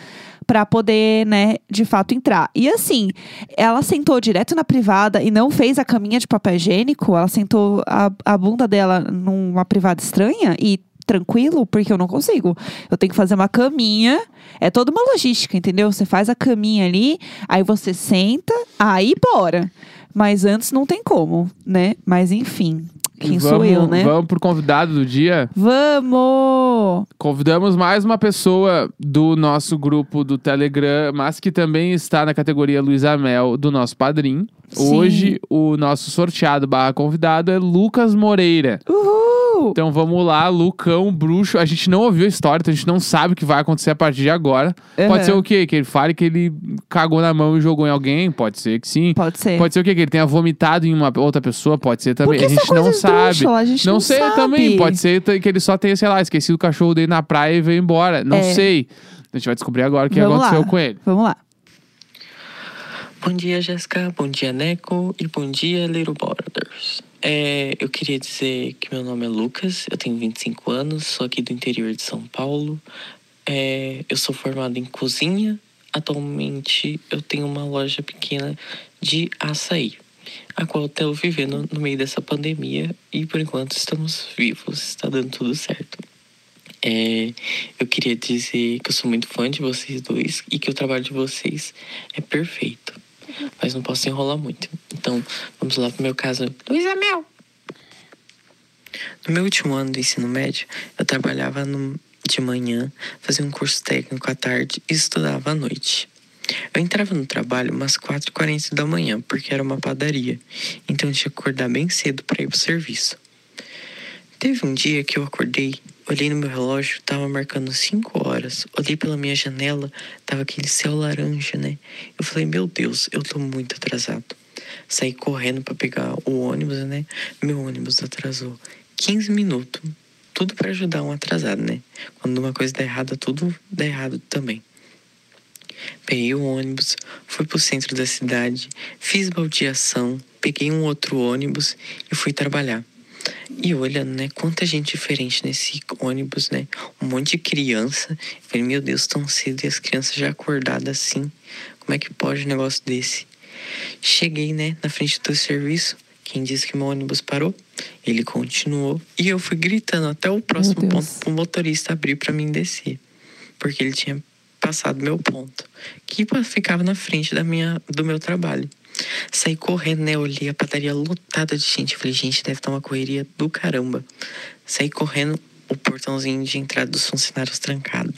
Speaker 2: Pra poder, né, de fato entrar. E assim, ela sentou direto na privada e não fez a caminha de papel higiênico. Ela sentou a, a bunda dela numa privada estranha e tranquilo, porque eu não consigo. Eu tenho que fazer uma caminha. É toda uma logística, entendeu? Você faz a caminha ali, aí você senta, aí bora. Mas antes não tem como, né? Mas enfim, quem sou
Speaker 1: Vamos-
Speaker 2: eu, né?
Speaker 1: Vamos pro convidado do dia.
Speaker 2: Vamos!
Speaker 1: Convidamos mais uma pessoa do nosso grupo do Telegram, mas que também está na categoria Luísa Mel, do nosso padrinho.
Speaker 2: Sim.
Speaker 1: Hoje, o nosso sorteado barra convidado é Lucas Moreira.
Speaker 2: Uhul!
Speaker 1: Então vamos lá, Lucão, bruxo. A gente não ouviu a história, então a gente não sabe o que vai acontecer a partir de agora. Pode
Speaker 2: Aham.
Speaker 1: ser o quê? Que ele fale que ele cagou na mão e jogou em alguém? Pode ser que sim.
Speaker 2: Pode ser.
Speaker 1: Então, Pode ser o quê? Que ele tenha vomitado em uma outra pessoa? Pode ser
Speaker 2: Por
Speaker 1: também.
Speaker 2: que
Speaker 1: a gente
Speaker 2: essa coisa
Speaker 1: não sabe.
Speaker 2: esdrúxula? A gente
Speaker 1: não,
Speaker 2: não,
Speaker 1: sei
Speaker 2: sabe.
Speaker 1: também. Pode ser t- que ele só tenha, sei lá, esquecido o cachorro dele na praia e veio embora. Não
Speaker 2: É.
Speaker 1: sei. A gente vai descobrir agora o que
Speaker 2: Vamos
Speaker 1: aconteceu
Speaker 2: lá.
Speaker 1: com ele.
Speaker 2: Vamos lá.
Speaker 3: Bom dia, Jéssica. Bom dia, Neco. E bom dia, Little Borders. É, eu queria dizer que meu nome é Lucas, eu tenho 25 anos, sou aqui do interior de São Paulo. É, eu sou formado em cozinha. Atualmente, eu tenho uma loja pequena de açaí, a qual estou vivendo no meio dessa pandemia e, por enquanto, estamos vivos, está dando tudo certo. É, eu queria dizer que eu sou muito fã de vocês dois e que o trabalho de vocês é perfeito. Mas não posso enrolar muito. Então, vamos lá pro meu caso. Luísa Mel! No meu último ano do ensino médio, eu trabalhava no- de manhã, fazia um curso técnico à tarde e estudava à noite. Eu entrava no trabalho umas 4h40 da manhã, porque era uma padaria. Então, eu tinha que acordar bem cedo para ir pro serviço. Teve um dia que eu acordei, olhei no meu relógio, tava marcando 5 horas. Olhei pela minha janela, tava aquele céu laranja, né? Eu falei, meu Deus, eu tô muito atrasado. Saí correndo pra pegar o ônibus, né? Meu ônibus atrasou 15 minutos. Tudo pra ajudar um atrasado, né? Quando uma coisa dá errada, tudo dá errado também. Peguei o ônibus, fui pro centro da cidade, fiz baldeação, peguei um outro ônibus e fui trabalhar. E olhando, né? Quanta gente diferente nesse ônibus, né? Um monte de criança. Eu falei, meu Deus, tão cedo e as crianças já acordadas assim. Como é que pode um negócio desse? Cheguei, né, na frente do serviço. Quem disse que meu ônibus parou? Ele continuou. E eu fui gritando até o próximo
Speaker 2: Deus.
Speaker 3: ponto pro motorista abrir para mim descer. Porque ele tinha passado meu ponto. Que pa- ficava na frente da minha, do meu trabalho. Saí correndo, né? Olhei a padaria lotada de gente. Eu Falei, gente, deve estar uma correria do caramba. Saí correndo, o portãozinho de entrada dos funcionários trancado.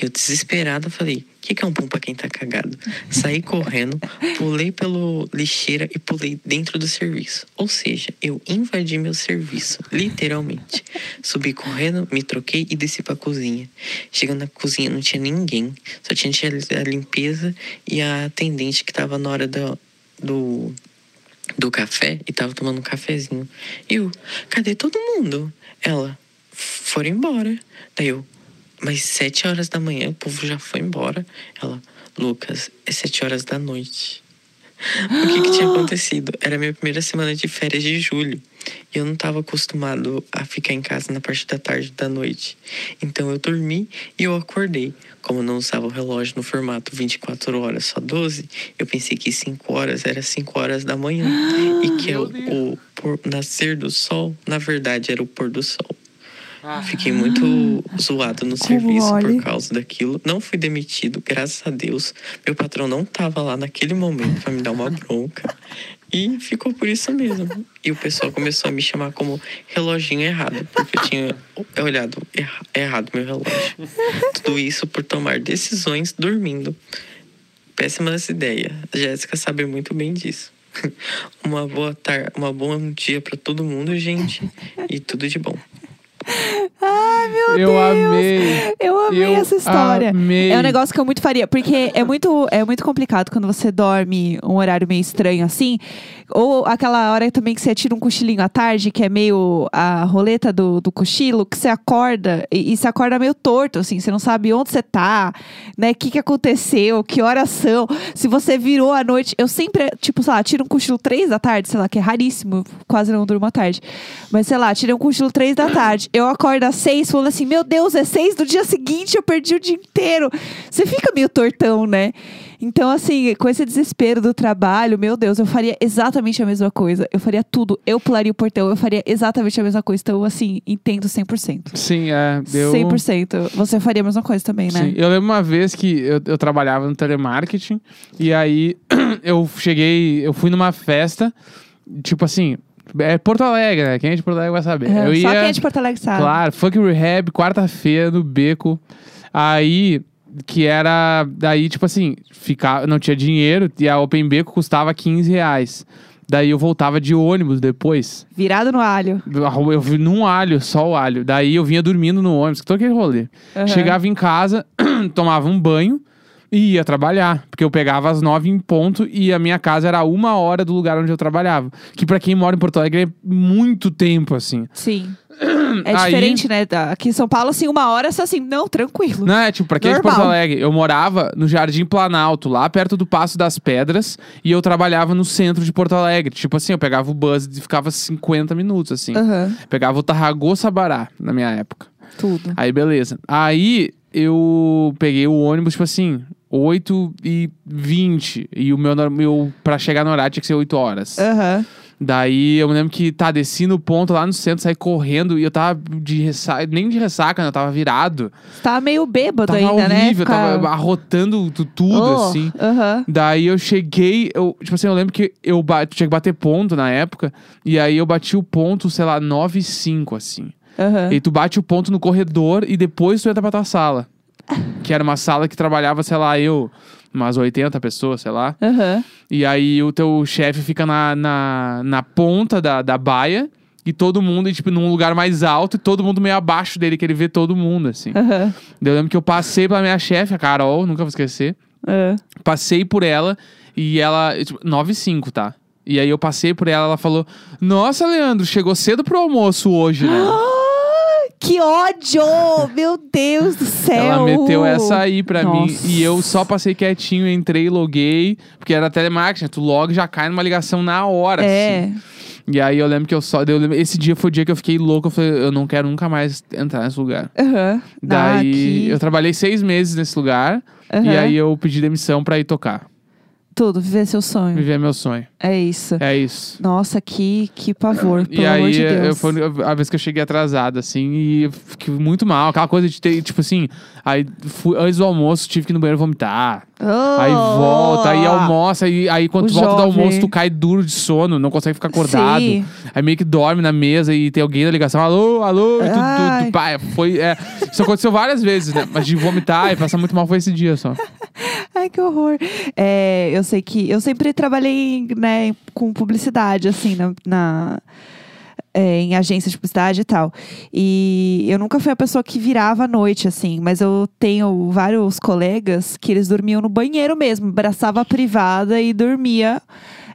Speaker 3: Eu desesperada falei, o que, que é um pum pra quem tá cagado? Saí correndo, pulei pelo lixeira e pulei dentro do serviço. Ou seja, eu invadi meu serviço, literalmente. Subi correndo, me troquei e desci pra cozinha. Chegando na cozinha não tinha ninguém, só tinha tinha a limpeza e a atendente que tava na hora do, do, do café e tava tomando um cafezinho. Eu, cadê todo mundo? Ela, foram embora. Daí eu, mas sete horas da manhã o povo já foi embora. Ela, Lucas, é sete horas da noite. O que, que tinha acontecido? Era a minha primeira semana de férias de julho. E eu não estava acostumado a ficar em casa na parte da tarde e da noite. Então eu dormi e eu acordei. Como eu não usava o relógio no formato 24 horas, só 12, eu pensei que 5 horas era 5 horas da manhã. E que é o, o pôr- nascer do sol, na verdade, era o pôr do sol. Ah, Fiquei muito zoado no serviço
Speaker 2: olha.
Speaker 3: por causa daquilo. Não fui demitido, graças a Deus. Meu patrão não tava lá naquele momento pra me dar uma bronca. E ficou por isso mesmo. E o pessoal começou a me chamar como reloginho errado, porque eu tinha olhado erra- errado meu relógio. Tudo isso por tomar decisões dormindo. Péssima essa ideia. A Jéssica sabe muito bem disso. [LAUGHS] Uma boa tarde, uma boa um dia pra todo mundo, gente, e tudo de bom.
Speaker 1: eu
Speaker 2: Deus!
Speaker 1: amei.
Speaker 2: Eu amei
Speaker 1: Eu
Speaker 2: essa história.
Speaker 1: amei.
Speaker 2: É um negócio que eu muito faria, porque é muito, é muito complicado quando você dorme um horário meio estranho assim. Ou aquela hora também que você tira um cochilinho à tarde, que é meio a roleta do, do cochilo, que você acorda e, e você acorda meio torto, assim, você não sabe onde você tá, né? O que, que aconteceu, que horas são, se você virou à noite. Eu sempre, tipo, sei lá, tiro um cochilo três da tarde, sei lá, que é raríssimo, eu quase não durmo à tarde. Mas sei lá, tirei um cochilo três da tarde. Eu acordo às seis, falando assim: Meu Deus, é seis do dia seguinte, eu perdi o dia inteiro. Você fica meio tortão, né? Então, assim, com esse desespero do trabalho, meu Deus, eu faria exatamente a mesma coisa. Eu faria tudo. Eu pularia o portão, eu faria exatamente a mesma coisa. Então, assim, entendo 100%.
Speaker 1: Sim, é. Deu...
Speaker 2: 100%. Você faria a mesma coisa também, né?
Speaker 1: Sim. Eu lembro uma vez que eu, eu trabalhava no telemarketing e aí [CLEARS THROAT] eu cheguei, eu fui numa festa, tipo assim, é Porto Alegre, né? Quem é de Porto Alegre vai saber.
Speaker 2: É,
Speaker 1: eu ia,
Speaker 2: Só quem é de Porto Alegre sabe.
Speaker 1: Claro, Funk Rehab, quarta-feira no beco. Aí que era daí tipo assim, ficar, não tinha dinheiro e a Open Beco custava 15 reais. Daí eu voltava de ônibus depois.
Speaker 2: Virado no alho.
Speaker 1: Eu eu vi num alho, só o alho. Daí eu vinha dormindo no ônibus, todo aquele rolê.
Speaker 2: Aham.
Speaker 1: Chegava em casa, [CLEARS THROAT] tomava um banho e ia trabalhar. Porque eu pegava às nove em ponto e a minha casa era a uma hora do lugar onde eu trabalhava. Que pra quem mora em Porto Alegre é muito tempo, assim. [CLEARS THROAT]
Speaker 2: Sim. É
Speaker 1: Aí-
Speaker 2: diferente, né? da- Aqui em São Paulo, assim, uma hora é só assim, não, tranquilo.
Speaker 1: Não, é tipo, pra quem é de Porto
Speaker 2: Normal.
Speaker 1: Alegre, eu morava no Jardim Planalto, lá perto do Passo das Pedras, e eu trabalhava no centro de Porto Alegre. Tipo assim, eu pegava o bus e ficava 50 minutos, assim.
Speaker 2: Aham,
Speaker 1: Pegava o Tarragô Sabará, na minha época.
Speaker 2: tudo.
Speaker 1: Aí, beleza. Aí eu peguei o ônibus, tipo assim, 8 e 20. E o meu, nor- meu pra chegar no horário tinha que ser 8 horas.
Speaker 2: Aham.
Speaker 1: Daí eu me lembro que, tá, desci no ponto lá no centro, saí correndo e eu tava de ressaca, nem de ressaca, né? eu tava virado.
Speaker 2: Você Tava meio bêbado
Speaker 1: Tava
Speaker 2: ainda, né?
Speaker 1: horrível,
Speaker 2: Ficar-
Speaker 1: tava arrotando tu- tudo,
Speaker 2: Oh,
Speaker 1: assim.
Speaker 2: Aham.
Speaker 1: Daí eu cheguei, eu, tipo assim, eu lembro que eu ba- tinha que bater ponto na época, e aí eu bati o ponto, sei lá, 9 e 5, assim.
Speaker 2: Aham.
Speaker 1: E tu bate o ponto no corredor e depois tu entra pra tua
Speaker 2: [LAUGHS]
Speaker 1: sala. Que era uma sala que trabalhava, sei lá, eu, umas 80 pessoas, sei lá.
Speaker 2: Aham.
Speaker 1: E aí o teu chefe fica na, na, na ponta da, da baia e todo mundo, e, tipo, num lugar mais alto e todo mundo meio abaixo dele, que ele vê todo mundo, assim.
Speaker 2: Aham.
Speaker 1: Eu lembro que eu passei pela minha chefe, a Carol, nunca vou esquecer.
Speaker 2: aham.
Speaker 1: Passei por ela e ela. Tipo, 9 e 5, tá? E aí eu passei por ela, ela falou: Nossa, Leandro, chegou cedo pro almoço hoje, né?
Speaker 2: [GASPS] Ah, Que ódio! Meu Deus do céu!
Speaker 1: Ela meteu essa aí pra mim.
Speaker 2: Nossa.
Speaker 1: E eu só passei quietinho, né? entrei, loguei. Porque era telemarketing, tu logo já cai numa ligação na hora,
Speaker 2: É.
Speaker 1: assim. E aí eu lembro que eu só. daí eu lembro- esse dia foi o dia que eu fiquei louco. Eu falei, eu não quero nunca mais entrar nesse lugar.
Speaker 2: Aham.
Speaker 1: Daí
Speaker 2: Aqui.
Speaker 1: eu trabalhei seis meses nesse lugar. E
Speaker 2: Ah, Aham.
Speaker 1: aí eu pedi demissão pra ir tocar.
Speaker 2: Tudo, viver seu sonho.
Speaker 1: Viver meu sonho.
Speaker 2: É isso.
Speaker 1: É isso.
Speaker 2: Nossa, que, que pavor, pelo
Speaker 1: e
Speaker 2: amor
Speaker 1: aí
Speaker 2: de Deus.
Speaker 1: eu, foi a vez que eu cheguei atrasada, assim, e eu fiquei muito mal. Aquela coisa de ter, tipo assim, aí fui, antes do almoço tive que ir no banheiro vomitar.
Speaker 2: Oh!
Speaker 1: Aí volta, aí almoça, aí, aí quando
Speaker 2: O
Speaker 1: tu volta do
Speaker 2: jovem.
Speaker 1: almoço, tu cai duro de sono, não consegue ficar acordado.
Speaker 2: Sim.
Speaker 1: Aí meio que dorme na mesa e tem alguém na ligação, alô, alô, e tu, tu,
Speaker 2: Ai.
Speaker 1: tu pá, foi. é, isso aconteceu várias vezes, né? Mas de vomitar e passar muito mal foi esse dia
Speaker 2: [LAUGHS]
Speaker 1: só.
Speaker 2: Ai, que horror. É, eu sei que. Eu sempre trabalhei né, com publicidade, assim, na. na- é, em agência de publicidade e tal. E eu nunca fui a pessoa que virava à noite, assim, mas eu tenho vários colegas que eles dormiam no banheiro mesmo, abraçava a privada e dormia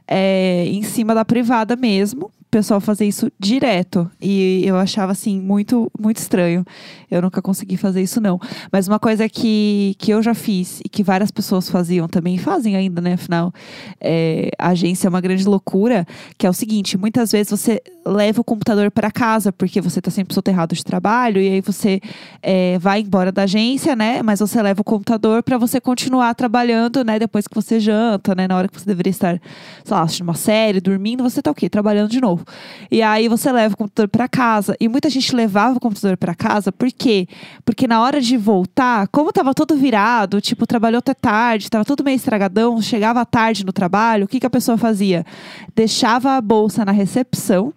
Speaker 2: é, em cima da privada mesmo. O pessoal fazia isso direto. E eu achava, assim, muito, muito estranho. Eu nunca consegui fazer isso, não. Mas uma coisa que, que eu já fiz e que várias pessoas faziam também, fazem ainda, né? Afinal, é, a agência é uma grande loucura, que é o seguinte: muitas vezes você leva o computador para casa, porque você tá sempre soterrado de trabalho, e aí você é, vai embora da agência, né? Mas você leva o computador para você continuar trabalhando, né? Depois que você janta, né? Na hora que você deveria estar, sei lá, assistindo uma série, dormindo, você tá o quê? Trabalhando de novo. E aí você leva o computador para casa. E muita gente levava o computador para casa, por quê? Porque na hora de voltar, como tava todo virado, tipo, trabalhou até tarde, tava tudo meio estragadão, chegava tarde no trabalho, o que, que a pessoa fazia? Deixava a bolsa na recepção,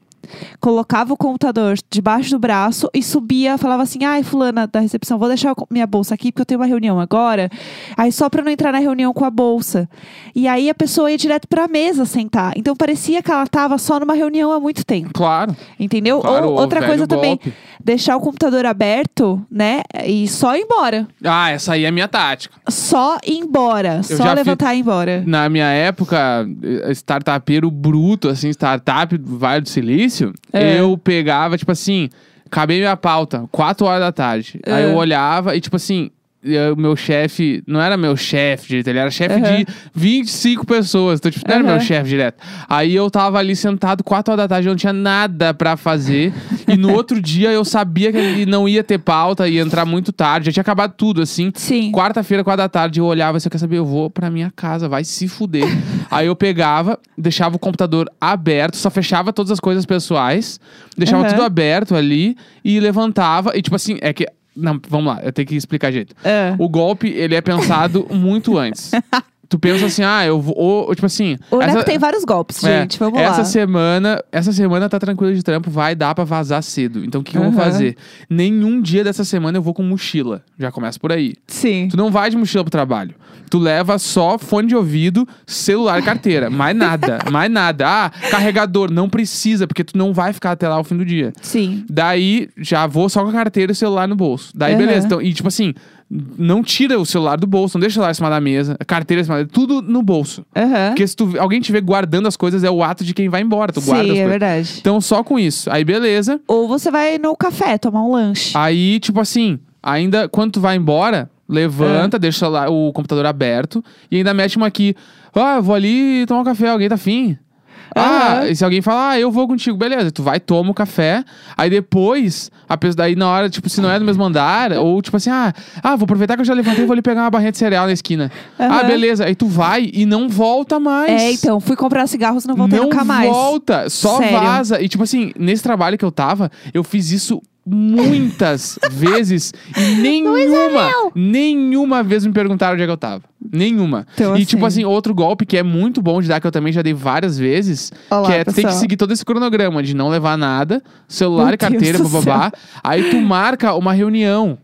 Speaker 2: colocava o computador debaixo do braço e subia, falava assim: ai, fulana da recepção, vou deixar o- minha bolsa aqui porque eu tenho uma reunião agora. Aí só pra não entrar na reunião com a bolsa. E aí a pessoa ia direto pra mesa sentar. Então parecia que ela tava só numa reunião há muito tempo.
Speaker 1: Claro.
Speaker 2: Entendeu?
Speaker 1: Claro,
Speaker 2: Ou
Speaker 1: o
Speaker 2: outra
Speaker 1: velho
Speaker 2: coisa também,
Speaker 1: golpe.
Speaker 2: deixar o computador aberto, né? E só ir embora.
Speaker 1: Ah, essa aí é a minha tática.
Speaker 2: Só ir embora.
Speaker 1: Eu
Speaker 2: só
Speaker 1: já
Speaker 2: levantar e ir embora.
Speaker 1: Na minha época, eh, startupeiro bruto, assim, startup do Vale do Silício,
Speaker 2: É.
Speaker 1: eu pegava, tipo assim, acabei minha pauta, 4 horas da tarde. Aí
Speaker 2: É.
Speaker 1: eu olhava e, tipo assim, eu- meu chefe, não era meu chefe direito, ele era chefe
Speaker 2: Aham.
Speaker 1: de 25 pessoas. Então, tipo, não era
Speaker 2: Aham.
Speaker 1: meu chefe direto. Aí eu tava ali sentado 4 horas da tarde, eu não tinha nada pra fazer. e no outro dia eu sabia que ele não ia ter pauta, ia entrar muito tarde, já tinha acabado tudo, assim.
Speaker 2: Sim.
Speaker 1: Quarta-feira, quatro da tarde, eu olhava e você quer saber? Eu vou pra minha casa, vai se
Speaker 2: [LAUGHS]
Speaker 1: fuder. Aí eu pegava, deixava o computador aberto, só fechava todas as coisas pessoais, deixava
Speaker 2: Aham.
Speaker 1: tudo aberto ali e levantava. E tipo assim, é que. Não, vamos lá, eu tenho que explicar jeito.
Speaker 2: É.
Speaker 1: O golpe, ele é pensado muito
Speaker 2: [LAUGHS]
Speaker 1: antes. Tu pensa assim, ah, eu vou. ou, ou, tipo assim.
Speaker 2: O
Speaker 1: essa-
Speaker 2: Neco tem vários golpes,
Speaker 1: é,
Speaker 2: gente. Vamos
Speaker 1: essa
Speaker 2: lá.
Speaker 1: semana, essa semana tá tranquilo de trampo, vai dar pra vazar cedo. Então o que, que eu vou
Speaker 2: Aham.
Speaker 1: fazer? Nenhum dia dessa semana eu vou com mochila. Já começa por aí.
Speaker 2: Sim.
Speaker 1: Tu não vai de mochila pro trabalho. Tu leva só fone de ouvido, celular e carteira. Mais
Speaker 2: [LAUGHS]
Speaker 1: nada, mais nada. Ah, carregador, não precisa, porque tu não vai ficar até lá o fim do dia.
Speaker 2: Sim.
Speaker 1: Daí, já vou só com a carteira e o celular no bolso. Daí,
Speaker 2: Aham.
Speaker 1: beleza. Então, e tipo assim, não tira o celular do bolso, não deixa o celular em cima da mesa, a carteira em cima da mesa, tudo no bolso.
Speaker 2: Aham.
Speaker 1: Porque se tu, alguém te vê guardando as coisas, é o ato de quem vai embora. Tu guarda as
Speaker 2: Sim, é
Speaker 1: coisas.
Speaker 2: verdade.
Speaker 1: Então, só com isso. Aí, beleza.
Speaker 2: Ou você vai no café tomar um lanche.
Speaker 1: Aí, tipo assim, ainda quando tu vai embora, levanta,
Speaker 2: É.
Speaker 1: deixa lá o computador aberto e ainda mete uma aqui. Ah, eu vou ali tomar um café, alguém tá afim? Ah,
Speaker 2: Aham.
Speaker 1: e se alguém falar, ah, eu vou contigo, beleza. Tu vai, toma o café. Aí depois, a pessoa daí na hora, tipo, se não é no mesmo andar, ou tipo assim, ah, ah, vou aproveitar que eu já levantei, vou ali pegar uma barrinha de cereal na esquina. Ah,
Speaker 2: Aham.
Speaker 1: beleza. Aí tu vai e não volta mais.
Speaker 2: É, então, fui comprar cigarros, não voltei
Speaker 1: Não
Speaker 2: nunca mais.
Speaker 1: volta, só
Speaker 2: Sério.
Speaker 1: vaza. E tipo assim, nesse trabalho que eu tava, eu fiz isso
Speaker 2: [LAUGHS]
Speaker 1: muitas vezes e nenhuma, nenhuma vez me perguntaram onde é que eu tava. Nenhuma.
Speaker 2: Então,
Speaker 1: e tipo
Speaker 2: assim-
Speaker 1: assim, outro golpe que é muito bom de dar, que eu também já dei várias vezes,
Speaker 2: Olha lá,
Speaker 1: que é tu tem que
Speaker 2: pessoal.
Speaker 1: seguir todo esse cronograma de não levar nada, celular
Speaker 2: Meu
Speaker 1: e carteira,
Speaker 2: Deus do
Speaker 1: babá. Aí tu marca uma reunião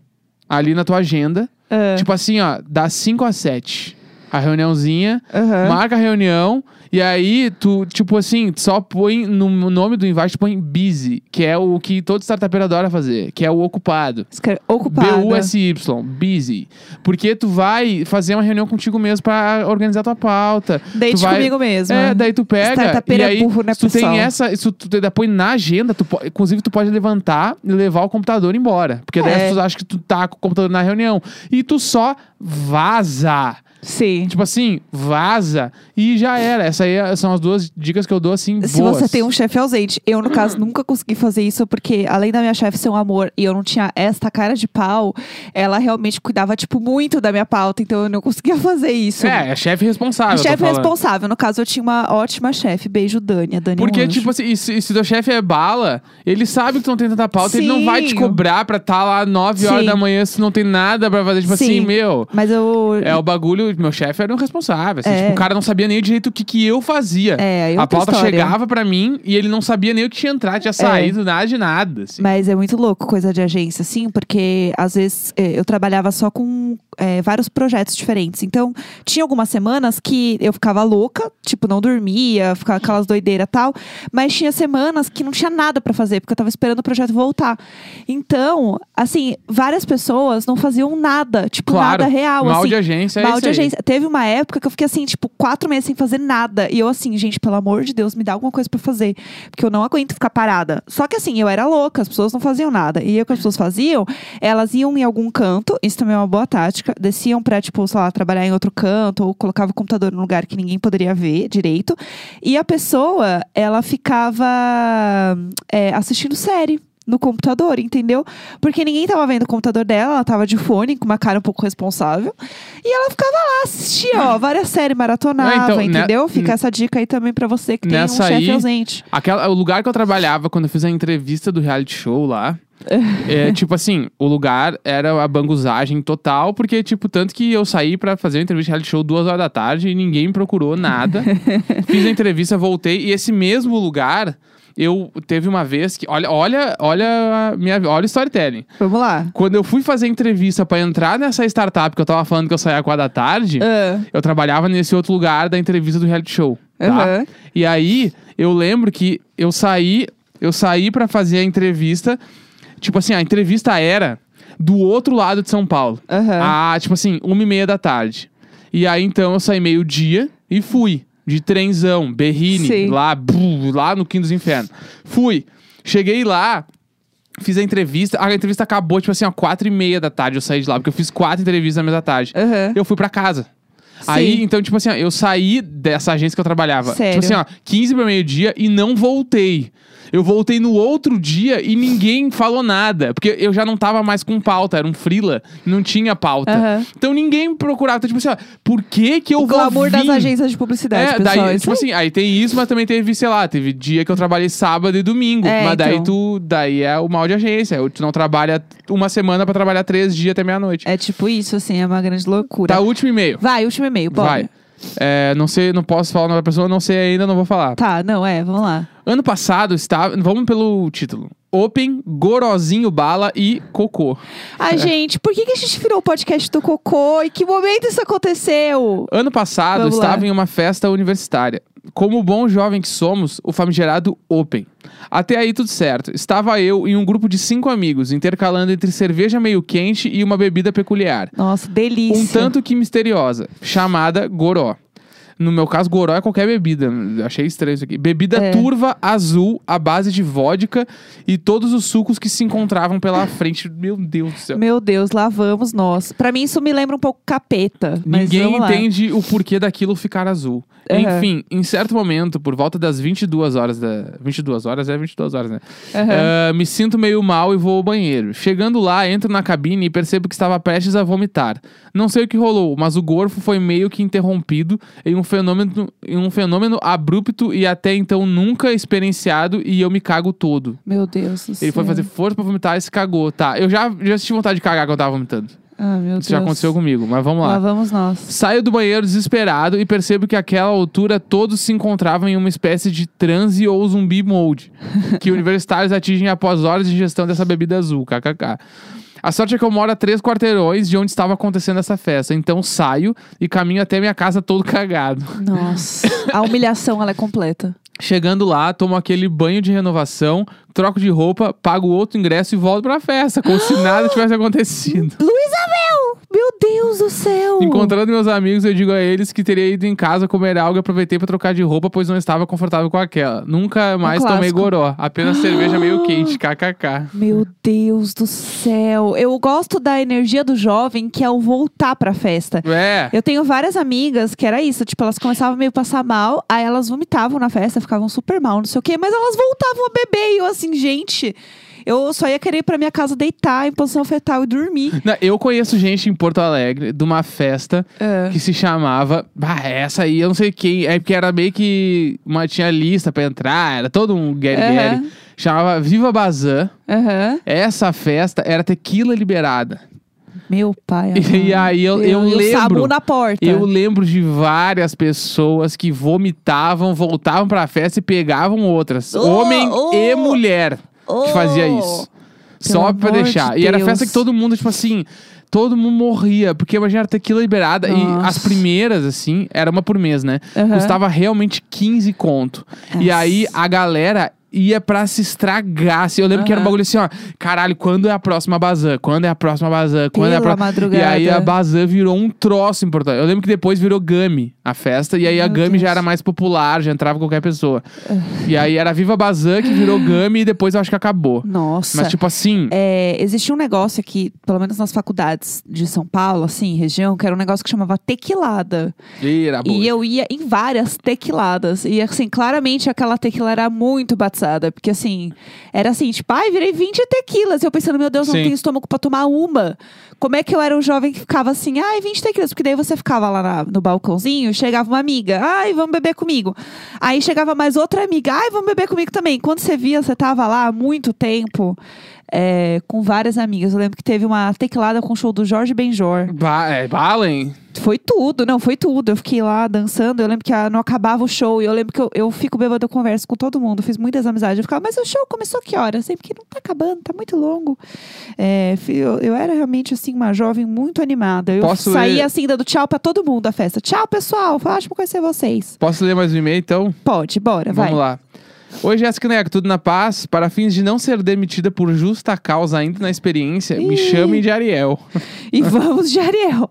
Speaker 1: ali na tua agenda,
Speaker 2: Ah.
Speaker 1: tipo assim, ó, das 5 às 7. A reuniãozinha,
Speaker 2: Aham.
Speaker 1: marca a reunião e aí tu, tipo assim, só põe no nome do invite, põe busy, que é o que todo startupeiro adora fazer, que é o ocupado.
Speaker 2: Escre- Ocupada.
Speaker 1: B-U-S-Y, busy. Porque tu vai fazer uma reunião contigo mesmo pra organizar tua pauta.
Speaker 2: Deite
Speaker 1: tu vai...
Speaker 2: comigo mesmo.
Speaker 1: É, daí tu pega.
Speaker 2: Startupeiro
Speaker 1: e
Speaker 2: é
Speaker 1: aí,
Speaker 2: burro, né,
Speaker 1: se tu
Speaker 2: pessoal?
Speaker 1: tem essa, se tu ainda põe na agenda, tu po- inclusive tu pode levantar e levar o computador embora. Porque daí
Speaker 2: É.
Speaker 1: as pessoas acham que tu tá com o computador na reunião. E tu só vaza.
Speaker 2: Sim.
Speaker 1: Tipo assim, vaza e já era. Essa aí é- são as duas dicas que eu dou assim.
Speaker 2: Se
Speaker 1: boas.
Speaker 2: você tem um chefe ausente. Eu, no caso, nunca consegui fazer isso, porque além da minha chefe ser um amor e eu não tinha esta cara de pau, ela realmente cuidava, tipo, muito da minha pauta, então eu não conseguia [LAUGHS] fazer isso. Um
Speaker 1: É, é chefe responsável. eu tô
Speaker 2: chefe
Speaker 1: falando.
Speaker 2: responsável. No caso, eu tinha uma ótima chefe. Beijo, Dani. A Dani é um
Speaker 1: Porque,
Speaker 2: anjo.
Speaker 1: tipo assim, e se, e se teu chefe é bala, ele sabe que tu não tem tanta pauta, ele não
Speaker 2: Sim.
Speaker 1: vai te cobrar pra tá lá 9 horas
Speaker 2: Sim.
Speaker 1: da manhã se não tem nada pra fazer. Tipo assim,
Speaker 2: Sim.
Speaker 1: meu.
Speaker 2: Mas eu.
Speaker 1: É o bagulho, meu chefe era um responsável. assim,
Speaker 2: É.
Speaker 1: tipo, o cara não sabia nem direito o que, que eu fazia.
Speaker 2: É, aí
Speaker 1: a
Speaker 2: outra
Speaker 1: pauta
Speaker 2: história. É.
Speaker 1: chegava pra mim e ele não sabia nem o que tinha entrado, tinha saído, nada de nada. assim.
Speaker 2: Mas é muito louco coisa de agência, assim, porque às vezes eh, eu trabalhava só com eh, vários projetos diferentes. Então, tinha algumas semanas que eu ficava louca, tipo, não dormia, ficava aquelas doideiras e tal. Mas tinha semanas que não tinha nada pra fazer, porque eu tava esperando o projeto voltar. Então, assim, várias pessoas não faziam nada, tipo,
Speaker 1: claro,
Speaker 2: nada real.
Speaker 1: mal
Speaker 2: assim.
Speaker 1: de agência é
Speaker 2: Mal
Speaker 1: isso
Speaker 2: de
Speaker 1: aí.
Speaker 2: agência. Teve uma época que eu fiquei assim, tipo, quatro meses sem fazer nada. E eu assim, gente, pelo amor de Deus, me dá alguma coisa pra fazer. Porque eu não aguento ficar parada. Só que assim, eu era louca, as pessoas não faziam nada. E aí, o que as pessoas faziam, elas iam em algum canto, isso também é uma boa tática, desciam pra, tipo, sei lá, trabalhar em outro canto, ou colocava o computador num lugar que ninguém poderia ver direito. E a pessoa, ela ficava é, assistindo série no computador, entendeu? Porque ninguém tava vendo o computador dela, ela tava de fone, com uma cara um pouco responsável. E ela ficava lá, assistia, ó, várias séries, maratonava,
Speaker 1: Ah, então, né-
Speaker 2: entendeu? Fica
Speaker 1: n-
Speaker 2: essa dica aí também pra você que tem um
Speaker 1: Nessa aí-
Speaker 2: chefe ausente.
Speaker 1: Aquela, o lugar que eu trabalhava quando eu fiz a entrevista do reality show
Speaker 2: [LAUGHS]
Speaker 1: lá. é, tipo assim, o lugar era a banguzagem total, porque, tipo, tanto que eu saí pra fazer a entrevista de reality show duas horas da tarde e ninguém me procurou
Speaker 2: [LAUGHS]
Speaker 1: nada. fiz a entrevista, voltei, e esse mesmo lugar, eu teve uma vez que. Olha, olha, olha a minha. Olha o storytelling.
Speaker 2: Vamos lá.
Speaker 1: Quando eu fui fazer a entrevista pra entrar nessa startup que eu tava falando que eu saía às quatro da tarde,
Speaker 2: Ah,
Speaker 1: eu trabalhava nesse outro lugar da entrevista do reality show. Tá?
Speaker 2: Aham.
Speaker 1: E aí, eu lembro que eu saí, eu saí para fazer a entrevista. Tipo assim, a entrevista era do outro lado de São Paulo.
Speaker 2: Aham.
Speaker 1: Ah, tipo assim, uma e meia da tarde. E aí, então, eu saí meio-dia e fui. De trenzão, berrine,
Speaker 2: Sim.
Speaker 1: lá, bu, lá no Quinto dos Infernos. Fui. Cheguei lá, fiz a entrevista. A entrevista acabou, tipo assim, ó, quatro e meia da tarde. Eu saí de lá, porque eu fiz quatro entrevistas na mesma tarde.
Speaker 2: Aham.
Speaker 1: Eu fui pra casa.
Speaker 2: É. Sim.
Speaker 1: Aí, então, tipo assim, ó, eu saí dessa agência que eu trabalhava.
Speaker 2: Sério?
Speaker 1: Tipo assim, ó, 15 pra meio-dia e não voltei. Eu voltei no outro dia e ninguém falou nada. Porque eu já não tava mais com pauta, era um frila, não tinha pauta.
Speaker 2: Aham.
Speaker 1: Então ninguém me procurava. Então, tipo assim, ó, por que que eu
Speaker 2: O
Speaker 1: vou
Speaker 2: glamour das
Speaker 1: vir?
Speaker 2: agências de publicidade,
Speaker 1: É,
Speaker 2: pessoal.
Speaker 1: daí,
Speaker 2: isso
Speaker 1: tipo
Speaker 2: aí.
Speaker 1: assim, aí tem isso, mas também teve, sei lá, teve dia que eu trabalhei sábado e domingo.
Speaker 2: É,
Speaker 1: mas daí
Speaker 2: então.
Speaker 1: tu, daí é o mal de agência. Tu não trabalha uma semana pra trabalhar três dias até meia-noite.
Speaker 2: É tipo isso, assim, é uma grande loucura.
Speaker 1: Tá, último e-mail.
Speaker 2: Vai, último e-mail, Bob.
Speaker 1: Vai. É, não sei, não posso falar o nome da pessoa, não sei ainda, não vou falar.
Speaker 2: Tá, não, é, vamos lá.
Speaker 1: Ano passado estava. Vamos pelo título. Open, Gorozinho Bala e Cocô. É.
Speaker 2: Ai, gente, por que, que a gente virou o podcast do Cocô? Em que momento isso aconteceu?
Speaker 1: Ano passado
Speaker 2: Vamos lá.
Speaker 1: estava em uma festa universitária. Como bom jovem que somos, o famigerado Open. Até aí tudo certo. Estava eu e um grupo de cinco amigos, intercalando entre cerveja meio quente e uma bebida peculiar.
Speaker 2: Nossa, delícia.
Speaker 1: Um tanto que misteriosa, chamada goró. No meu caso, goró é qualquer bebida. Achei estranho isso aqui. Bebida
Speaker 2: É.
Speaker 1: turva azul à base de vodka e todos os sucos que se encontravam pela frente. Meu Deus do céu.
Speaker 2: Meu Deus, lá vamos nós. Pra mim isso me lembra um pouco capeta. mas
Speaker 1: Ninguém
Speaker 2: vamos lá.
Speaker 1: entende o porquê daquilo ficar azul.
Speaker 2: Aham.
Speaker 1: Enfim, em certo momento, por volta das 22 horas da 22 horas é 22 horas, né?
Speaker 2: Aham.
Speaker 1: Ah, me sinto meio mal e vou ao banheiro. Chegando lá, entro na cabine e percebo que estava prestes a vomitar. Não sei o que rolou, mas o gorfo foi meio que interrompido em um fenômeno, em um fenômeno abrupto e até então nunca experienciado e eu me cago todo.
Speaker 2: Meu Deus do céu.
Speaker 1: Ele foi fazer força pra vomitar e se cagou. Tá, eu já, já senti vontade de cagar quando eu tava vomitando.
Speaker 2: Ah, meu Deus.
Speaker 1: Isso já aconteceu comigo, mas vamos
Speaker 2: Lá
Speaker 1: lá.
Speaker 2: vamos nós.
Speaker 1: Saio do banheiro desesperado e percebo que àquela altura todos se encontravam em uma espécie de transe ou zumbi mode, [LAUGHS] que universitários atingem após horas de ingestão dessa bebida azul, kkk. A sorte é que eu moro a três quarteirões de onde estava acontecendo essa festa, então saio e caminho até minha casa todo cagado.
Speaker 2: Nossa. A humilhação ela é completa.
Speaker 1: Chegando lá, tomo aquele banho de renovação, troco de roupa, pago outro ingresso e volto pra festa, como se nada tivesse aconteciso.
Speaker 2: Luísa Mel! Meu Deus do céu!
Speaker 1: Encontrando meus amigos, eu digo a eles que teria ido em casa comer algo e aproveitei pra trocar de roupa, pois não estava confortável com aquela. Nunca mais tomei
Speaker 2: Um clássico.
Speaker 1: goró, apenas cerveja
Speaker 2: [GASPS]
Speaker 1: meio quente, kkk.
Speaker 2: Meu Deus do céu! Eu gosto da energia do jovem que é o voltar pra festa.
Speaker 1: É,
Speaker 2: Eu tenho várias amigas que era isso, tipo, elas começavam meio a passar mal, aí elas vomitavam na festa, ficavam super mal, não sei o quê, mas elas voltavam a beber e eu assim, gente, eu só ia querer ir pra minha casa deitar em posição fetal e dormir.
Speaker 1: Não, eu conheço gente em Porto Alegre de uma festa
Speaker 2: É,
Speaker 1: que se chamava. Ah, essa aí, eu não sei quem. É porque era meio que. Uma, tinha lista pra entrar, era todo um get
Speaker 2: Aham.
Speaker 1: Chamava Viva Bazan.
Speaker 2: Aham.
Speaker 1: Essa festa era tequila liberada.
Speaker 2: Meu pai.
Speaker 1: E aí eu- eu
Speaker 2: e o
Speaker 1: lembro.
Speaker 2: Samu na porta.
Speaker 1: Eu lembro de várias pessoas que vomitavam, voltavam pra festa e pegavam outras.
Speaker 2: Oh,
Speaker 1: homem
Speaker 2: oh,
Speaker 1: e mulher que
Speaker 2: Oh!
Speaker 1: fazia isso. Só pra
Speaker 2: amor
Speaker 1: deixar.
Speaker 2: de
Speaker 1: e era
Speaker 2: Deus.
Speaker 1: festa que todo mundo, tipo assim, todo mundo morria. Porque imagina era tequila liberada. E
Speaker 2: Nossa.
Speaker 1: as primeiras, assim, era uma por mês, né?
Speaker 2: Aham.
Speaker 1: Custava realmente 15 conto. E
Speaker 2: Nossa.
Speaker 1: aí a galera. Ia pra se estragar. assim. Eu lembro que era um
Speaker 2: Aham.
Speaker 1: bagulho assim, ó. Caralho, quando é a próxima Bazan? Quando é a próxima Bazan? Quando é a
Speaker 2: Pela
Speaker 1: próxima.
Speaker 2: madrugada.
Speaker 1: E aí a Bazan virou um troço importante. Eu lembro que depois virou Gami a festa. E aí a
Speaker 2: Meu
Speaker 1: Gami já
Speaker 2: Deus. Ah.
Speaker 1: era mais popular, já entrava qualquer pessoa. E aí era Viva Bazan que virou Gami e depois eu acho que acabou.
Speaker 2: Nossa.
Speaker 1: Mas tipo assim,
Speaker 2: É, existia um negócio aqui, pelo menos nas faculdades de São Paulo, assim, região, que era um negócio que chamava tequilada.
Speaker 1: era boa.
Speaker 2: É. E eu ia em várias tequiladas. E assim, claramente aquela tequila era muito batizada. Porque assim, era assim, tipo, ai, virei 20 tequilas. E eu pensando, meu Deus,
Speaker 1: Sim.
Speaker 2: não tenho estômago pra tomar uma. Como é que eu era um jovem que ficava assim, ai, 20 tequilas? Porque daí você ficava lá na- no balcãozinho, chegava uma amiga, ai, vamos beber comigo. Aí chegava mais outra amiga, ai, vamos beber comigo também. Quando você via, você tava lá há muito tempo. é, com várias amigas. Eu lembro que teve uma tequilada com o show do Jorge Benjor.
Speaker 1: Ba é, Balen?
Speaker 2: Foi tudo, não, foi tudo. Eu fiquei lá dançando, eu lembro que ah, não acabava o show. E eu lembro que eu, eu fico bêbada, eu converso com todo mundo, fiz muitas amizades. Eu ficava, mas o show começou que hora? Sempre que não tá acabando, tá muito longo. É, fi- eu, eu era realmente, assim, uma jovem muito animada. Eu
Speaker 1: Posso
Speaker 2: saía,
Speaker 1: ler-
Speaker 2: assim, dando tchau pra todo mundo da festa. Tchau, pessoal, foi ótimo conhecer vocês.
Speaker 1: Posso ler mais um e-mail então?
Speaker 2: Pode, bora, vai.
Speaker 1: Vamos lá. Oi, Jéssica Neco, tudo na paz? Para fins de não ser demitida por justa causa ainda na experiência, me
Speaker 2: Ih.
Speaker 1: chamem de
Speaker 2: [LAUGHS]
Speaker 1: Ariel.
Speaker 2: E vamos de Ariel.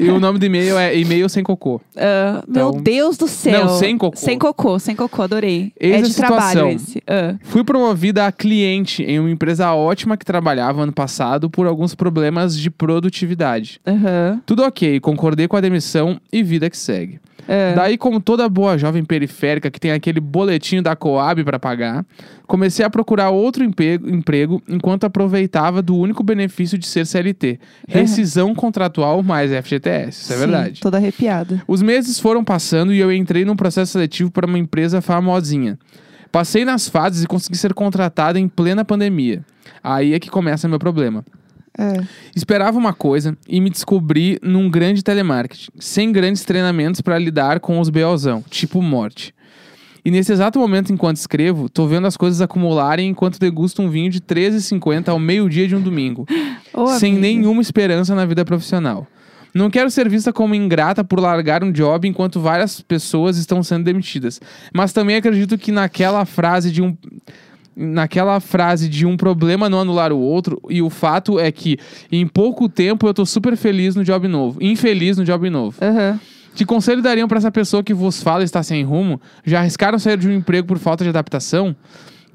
Speaker 1: e o nome do e-mail é e-mail sem cocô.
Speaker 2: Ah,
Speaker 1: Então-
Speaker 2: Meu Deus do céu.
Speaker 1: Não, sem cocô.
Speaker 2: Sem cocô, sem cocô, adorei.
Speaker 1: Eis
Speaker 2: é
Speaker 1: a
Speaker 2: de trabalho
Speaker 1: situação.
Speaker 2: esse. Ah.
Speaker 1: Fui promovida a cliente em uma empresa ótima que trabalhava ano passado por alguns problemas de produtividade.
Speaker 2: Aham.
Speaker 1: Tudo ok, concordei com a demissão e vida que segue.
Speaker 2: É.
Speaker 1: Daí, como toda boa jovem periférica que tem aquele boletinho da Coab pra pagar, comecei a procurar outro emprego, emprego enquanto aproveitava do único benefício de ser CLT: rescisão contratual mais FGTS. Isso é
Speaker 2: Sim,
Speaker 1: verdade.
Speaker 2: Toda arrepiada.
Speaker 1: Os meses foram passando e eu entrei num processo seletivo para uma empresa famosinha. Passei nas fases e consegui ser contratada em plena pandemia. Aí é que começa meu problema.
Speaker 2: É.
Speaker 1: Esperava uma coisa e me descobri num grande telemarketing, sem grandes treinamentos para lidar com os BOzão, tipo morte. E nesse exato momento, enquanto escrevo, tô vendo as coisas acumularem enquanto degusto um vinho de 13,50 ao meio-dia de um domingo
Speaker 2: Ô,
Speaker 1: sem
Speaker 2: amigo.
Speaker 1: nenhuma esperança na vida profissional. Não quero ser vista como ingrata por largar um job enquanto várias pessoas estão sendo demitidas. Mas também acredito que naquela frase de um naquela frase de um problema não anular o outro e o fato é que em pouco tempo eu tô super feliz no job novo, infeliz no job novo.
Speaker 2: Aham.
Speaker 1: Que conselho dariam pra essa pessoa que vos fala e está sem rumo? Já arriscaram sair de um emprego por falta de adaptação?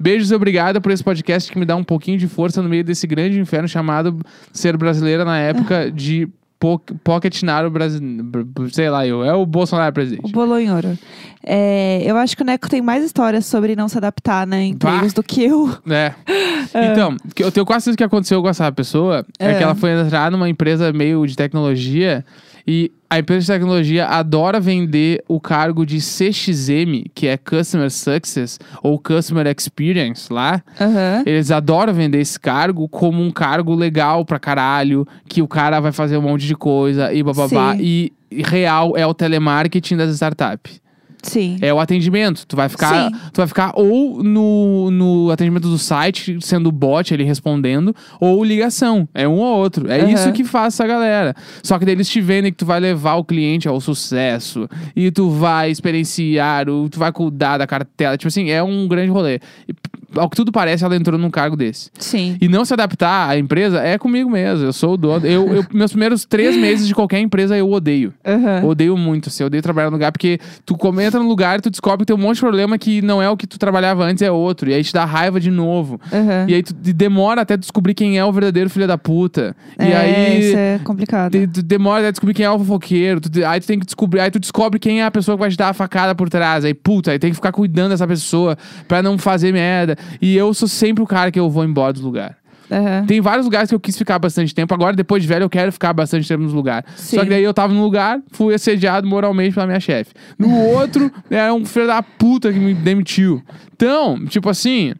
Speaker 1: Beijos e obrigada por esse podcast que me dá um pouquinho de força no meio desse grande inferno chamado ser brasileira na época de po pocketnaro brasileiro. Sei lá, eu. É o Bolsonaro
Speaker 2: O
Speaker 1: presidente.
Speaker 2: Bolonhoro. É, eu acho que o Neco tem mais histórias sobre não se adaptar, né? Em empregos do que eu. [LAUGHS]
Speaker 1: É. Então, que eu tenho quase certeza que aconteceu com essa pessoa é.
Speaker 2: É.
Speaker 1: que ela foi entrar numa empresa meio de tecnologia e a empresa de tecnologia adora vender o cargo de CXM, que é Customer Success ou Customer Experience lá.
Speaker 2: Aham.
Speaker 1: Eles adoram vender esse cargo como um cargo legal pra caralho, que o cara vai fazer um monte de coisa e bababá.
Speaker 2: Sim.
Speaker 1: E e real é o telemarketing das startups.
Speaker 2: Sim.
Speaker 1: É o atendimento. Tu vai ficar,
Speaker 2: Sim.
Speaker 1: tu vai ficar ou no, no atendimento do site, sendo bot ele respondendo, ou ligação. É um ou outro. É
Speaker 2: Aham.
Speaker 1: isso que faz essa galera. Só que daí eles te vendem que tu vai levar o cliente ao sucesso e tu vai experienciar, o, tu vai cuidar da cartela. Tipo assim, é um grande rolê. E p- ao que tudo parece, ela entrou num cargo desse.
Speaker 2: Sim.
Speaker 1: E não se adaptar à empresa é comigo mesmo. Eu sou o dono. Eu, eu- meus primeiros três meses de qualquer empresa eu odeio.
Speaker 2: Aham.
Speaker 1: Odeio muito, assim, eu odeio trabalhar no lugar, porque tu come- entra no lugar e tu descobre que tem um monte de problema que não é o que tu trabalhava antes, é outro. E aí te dá raiva de novo.
Speaker 2: Aham.
Speaker 1: E aí tu de- demora até descobrir quem é o verdadeiro filho da puta. E
Speaker 2: é,
Speaker 1: aí.
Speaker 2: Isso é complicado.
Speaker 1: Te- tu demora até descobrir quem é o fofoqueiro. tu te- aí tu tem que descobrir. Aí tu descobre quem é a pessoa que vai te dar a facada por trás. Aí, puta, aí tem que ficar cuidando dessa pessoa pra não fazer merda. E eu sou sempre o cara que eu vou embora do lugar.
Speaker 2: Aham.
Speaker 1: Tem vários lugares que eu quis ficar bastante tempo. Agora, depois de velho, eu quero ficar bastante tempo nos lugares.
Speaker 2: Sim.
Speaker 1: Só que daí eu tava num lugar, fui assediado moralmente pela minha chefe. No outro, [LAUGHS] era um filho da puta que me demitiu. Então, tipo assim.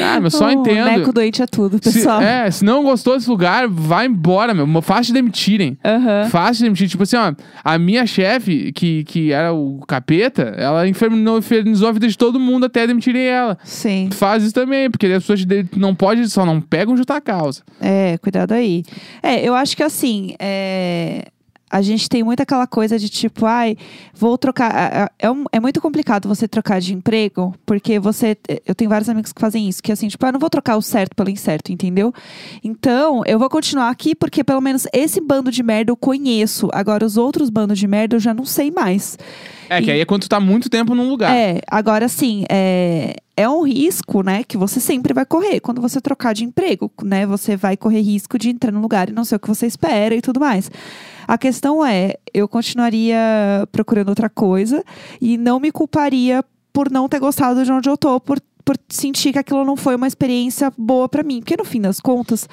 Speaker 1: Ah, eu só
Speaker 2: Oh,
Speaker 1: entendo.
Speaker 2: Neco doente é tudo,
Speaker 1: Se-
Speaker 2: pessoal.
Speaker 1: é, se não gostou desse lugar, vai embora, meu. Fácil de demitirem.
Speaker 2: Aham.
Speaker 1: Fácil de demitir. Tipo assim, ó, a minha chefe, que, que era o capeta, ela inferno- infernizou a vida de todo mundo até demitirem ela.
Speaker 2: Sim.
Speaker 1: Faz isso também, porque as pessoas de- não podem, só não pegam junto a causa.
Speaker 2: É, cuidado aí. É, eu acho que assim, é, a gente tem muito aquela coisa de tipo, ai, vou trocar. a- a- É, um- é muito complicado você trocar de emprego, porque você. eh, Eu tenho vários amigos que fazem isso, que assim, tipo, ah, eu não vou trocar o certo pelo incerto, entendeu? Então, eu vou continuar aqui, porque pelo menos esse bando de merda eu conheço. Agora, os outros bandos de merda eu já não sei mais.
Speaker 1: É, que
Speaker 2: E-
Speaker 1: aí é quando tu tá muito tempo num lugar.
Speaker 2: É, agora sim, é, é um risco, né, que você sempre vai correr quando você trocar de emprego, né? Você vai correr risco de entrar num lugar e não ser o que você espera e tudo mais. A questão é, eu continuaria procurando outra coisa e não me culparia por não ter gostado de onde eu tô, por por sentir que aquilo não foi uma experiência boa pra mim. Porque no fim das contas,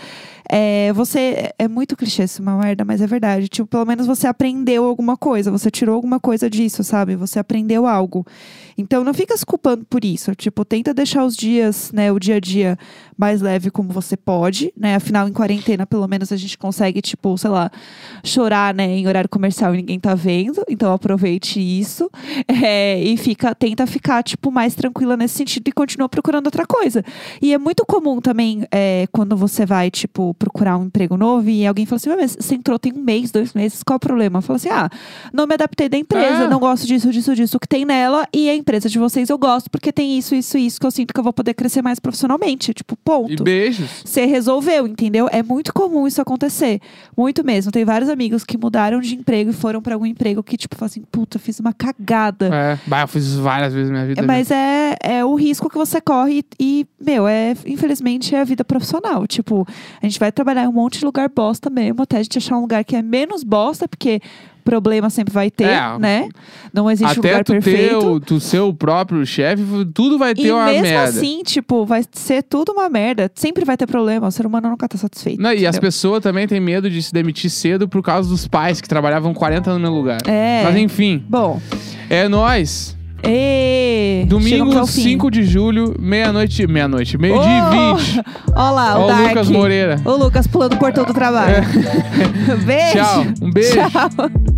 Speaker 2: é, você. É muito clichê isso, é uma merda, mas é verdade. Tipo, pelo menos você aprendeu alguma coisa, você tirou alguma coisa disso, sabe? Você aprendeu algo. Então não fica se culpando por isso. Tipo, tenta deixar os dias, né, o dia a dia mais leve como você pode, né? Afinal, em quarentena, pelo menos a gente consegue, tipo, sei lá, chorar, né, em horário comercial e ninguém tá vendo. Então aproveite isso. [LAUGHS] É, e fica, tenta ficar, tipo, mais tranquila nesse sentido e continua procurando outra coisa. E é muito comum também é, quando você vai, tipo, procurar um emprego novo e alguém fala assim: "Ué, mas você entrou tem um mês, dois meses, qual é o problema? Fala assim: ah, não me adaptei da empresa,
Speaker 1: É.
Speaker 2: não gosto disso, disso, disso que tem nela e a empresa de vocês eu gosto porque tem isso, isso, isso que eu sinto que eu vou poder crescer mais profissionalmente. Tipo, ponto
Speaker 1: E beijos.
Speaker 2: você resolveu, entendeu? É muito comum isso acontecer. Muito mesmo. Tem vários amigos que mudaram de emprego e foram pra algum emprego que, tipo, falam assim, puta, fiz uma cagada.
Speaker 1: É. Bah, eu fiz isso várias vezes na minha vida.
Speaker 2: Mas é, é o risco que você corre e, meu, é, infelizmente é a vida profissional. Tipo, a gente vai trabalhar em um monte de lugar bosta mesmo, até a gente achar um lugar que é menos bosta, porque problema sempre vai ter,
Speaker 1: É.
Speaker 2: né? Não existe um
Speaker 1: Até
Speaker 2: lugar
Speaker 1: tu ter
Speaker 2: perfeito.
Speaker 1: o tu ser o próprio chefe, tudo vai ter
Speaker 2: E
Speaker 1: uma
Speaker 2: mesmo
Speaker 1: É merda.
Speaker 2: assim, tipo, vai ser tudo uma merda. Sempre vai ter problema. O ser humano nunca tá satisfeito.
Speaker 1: Não, e as
Speaker 2: entendeu?
Speaker 1: pessoas também têm medo de se demitir cedo por causa dos pais que trabalhavam 40 anos no meu lugar.
Speaker 2: É.
Speaker 1: Mas enfim,
Speaker 2: Bom,
Speaker 1: é nóis.
Speaker 2: Ê, chegamos
Speaker 1: Domingo,
Speaker 2: ao fim.
Speaker 1: 5 de julho, meia-noite. Meia-noite, meio-dia
Speaker 2: Oh!
Speaker 1: e 20.
Speaker 2: [LAUGHS] Ó lá, o
Speaker 1: Ó, o
Speaker 2: Dark.
Speaker 1: Lucas Moreira. É.
Speaker 2: O Lucas pulando o portão do trabalho. [LAUGHS] beijo.
Speaker 1: Tchau, um beijo.
Speaker 2: Tchau.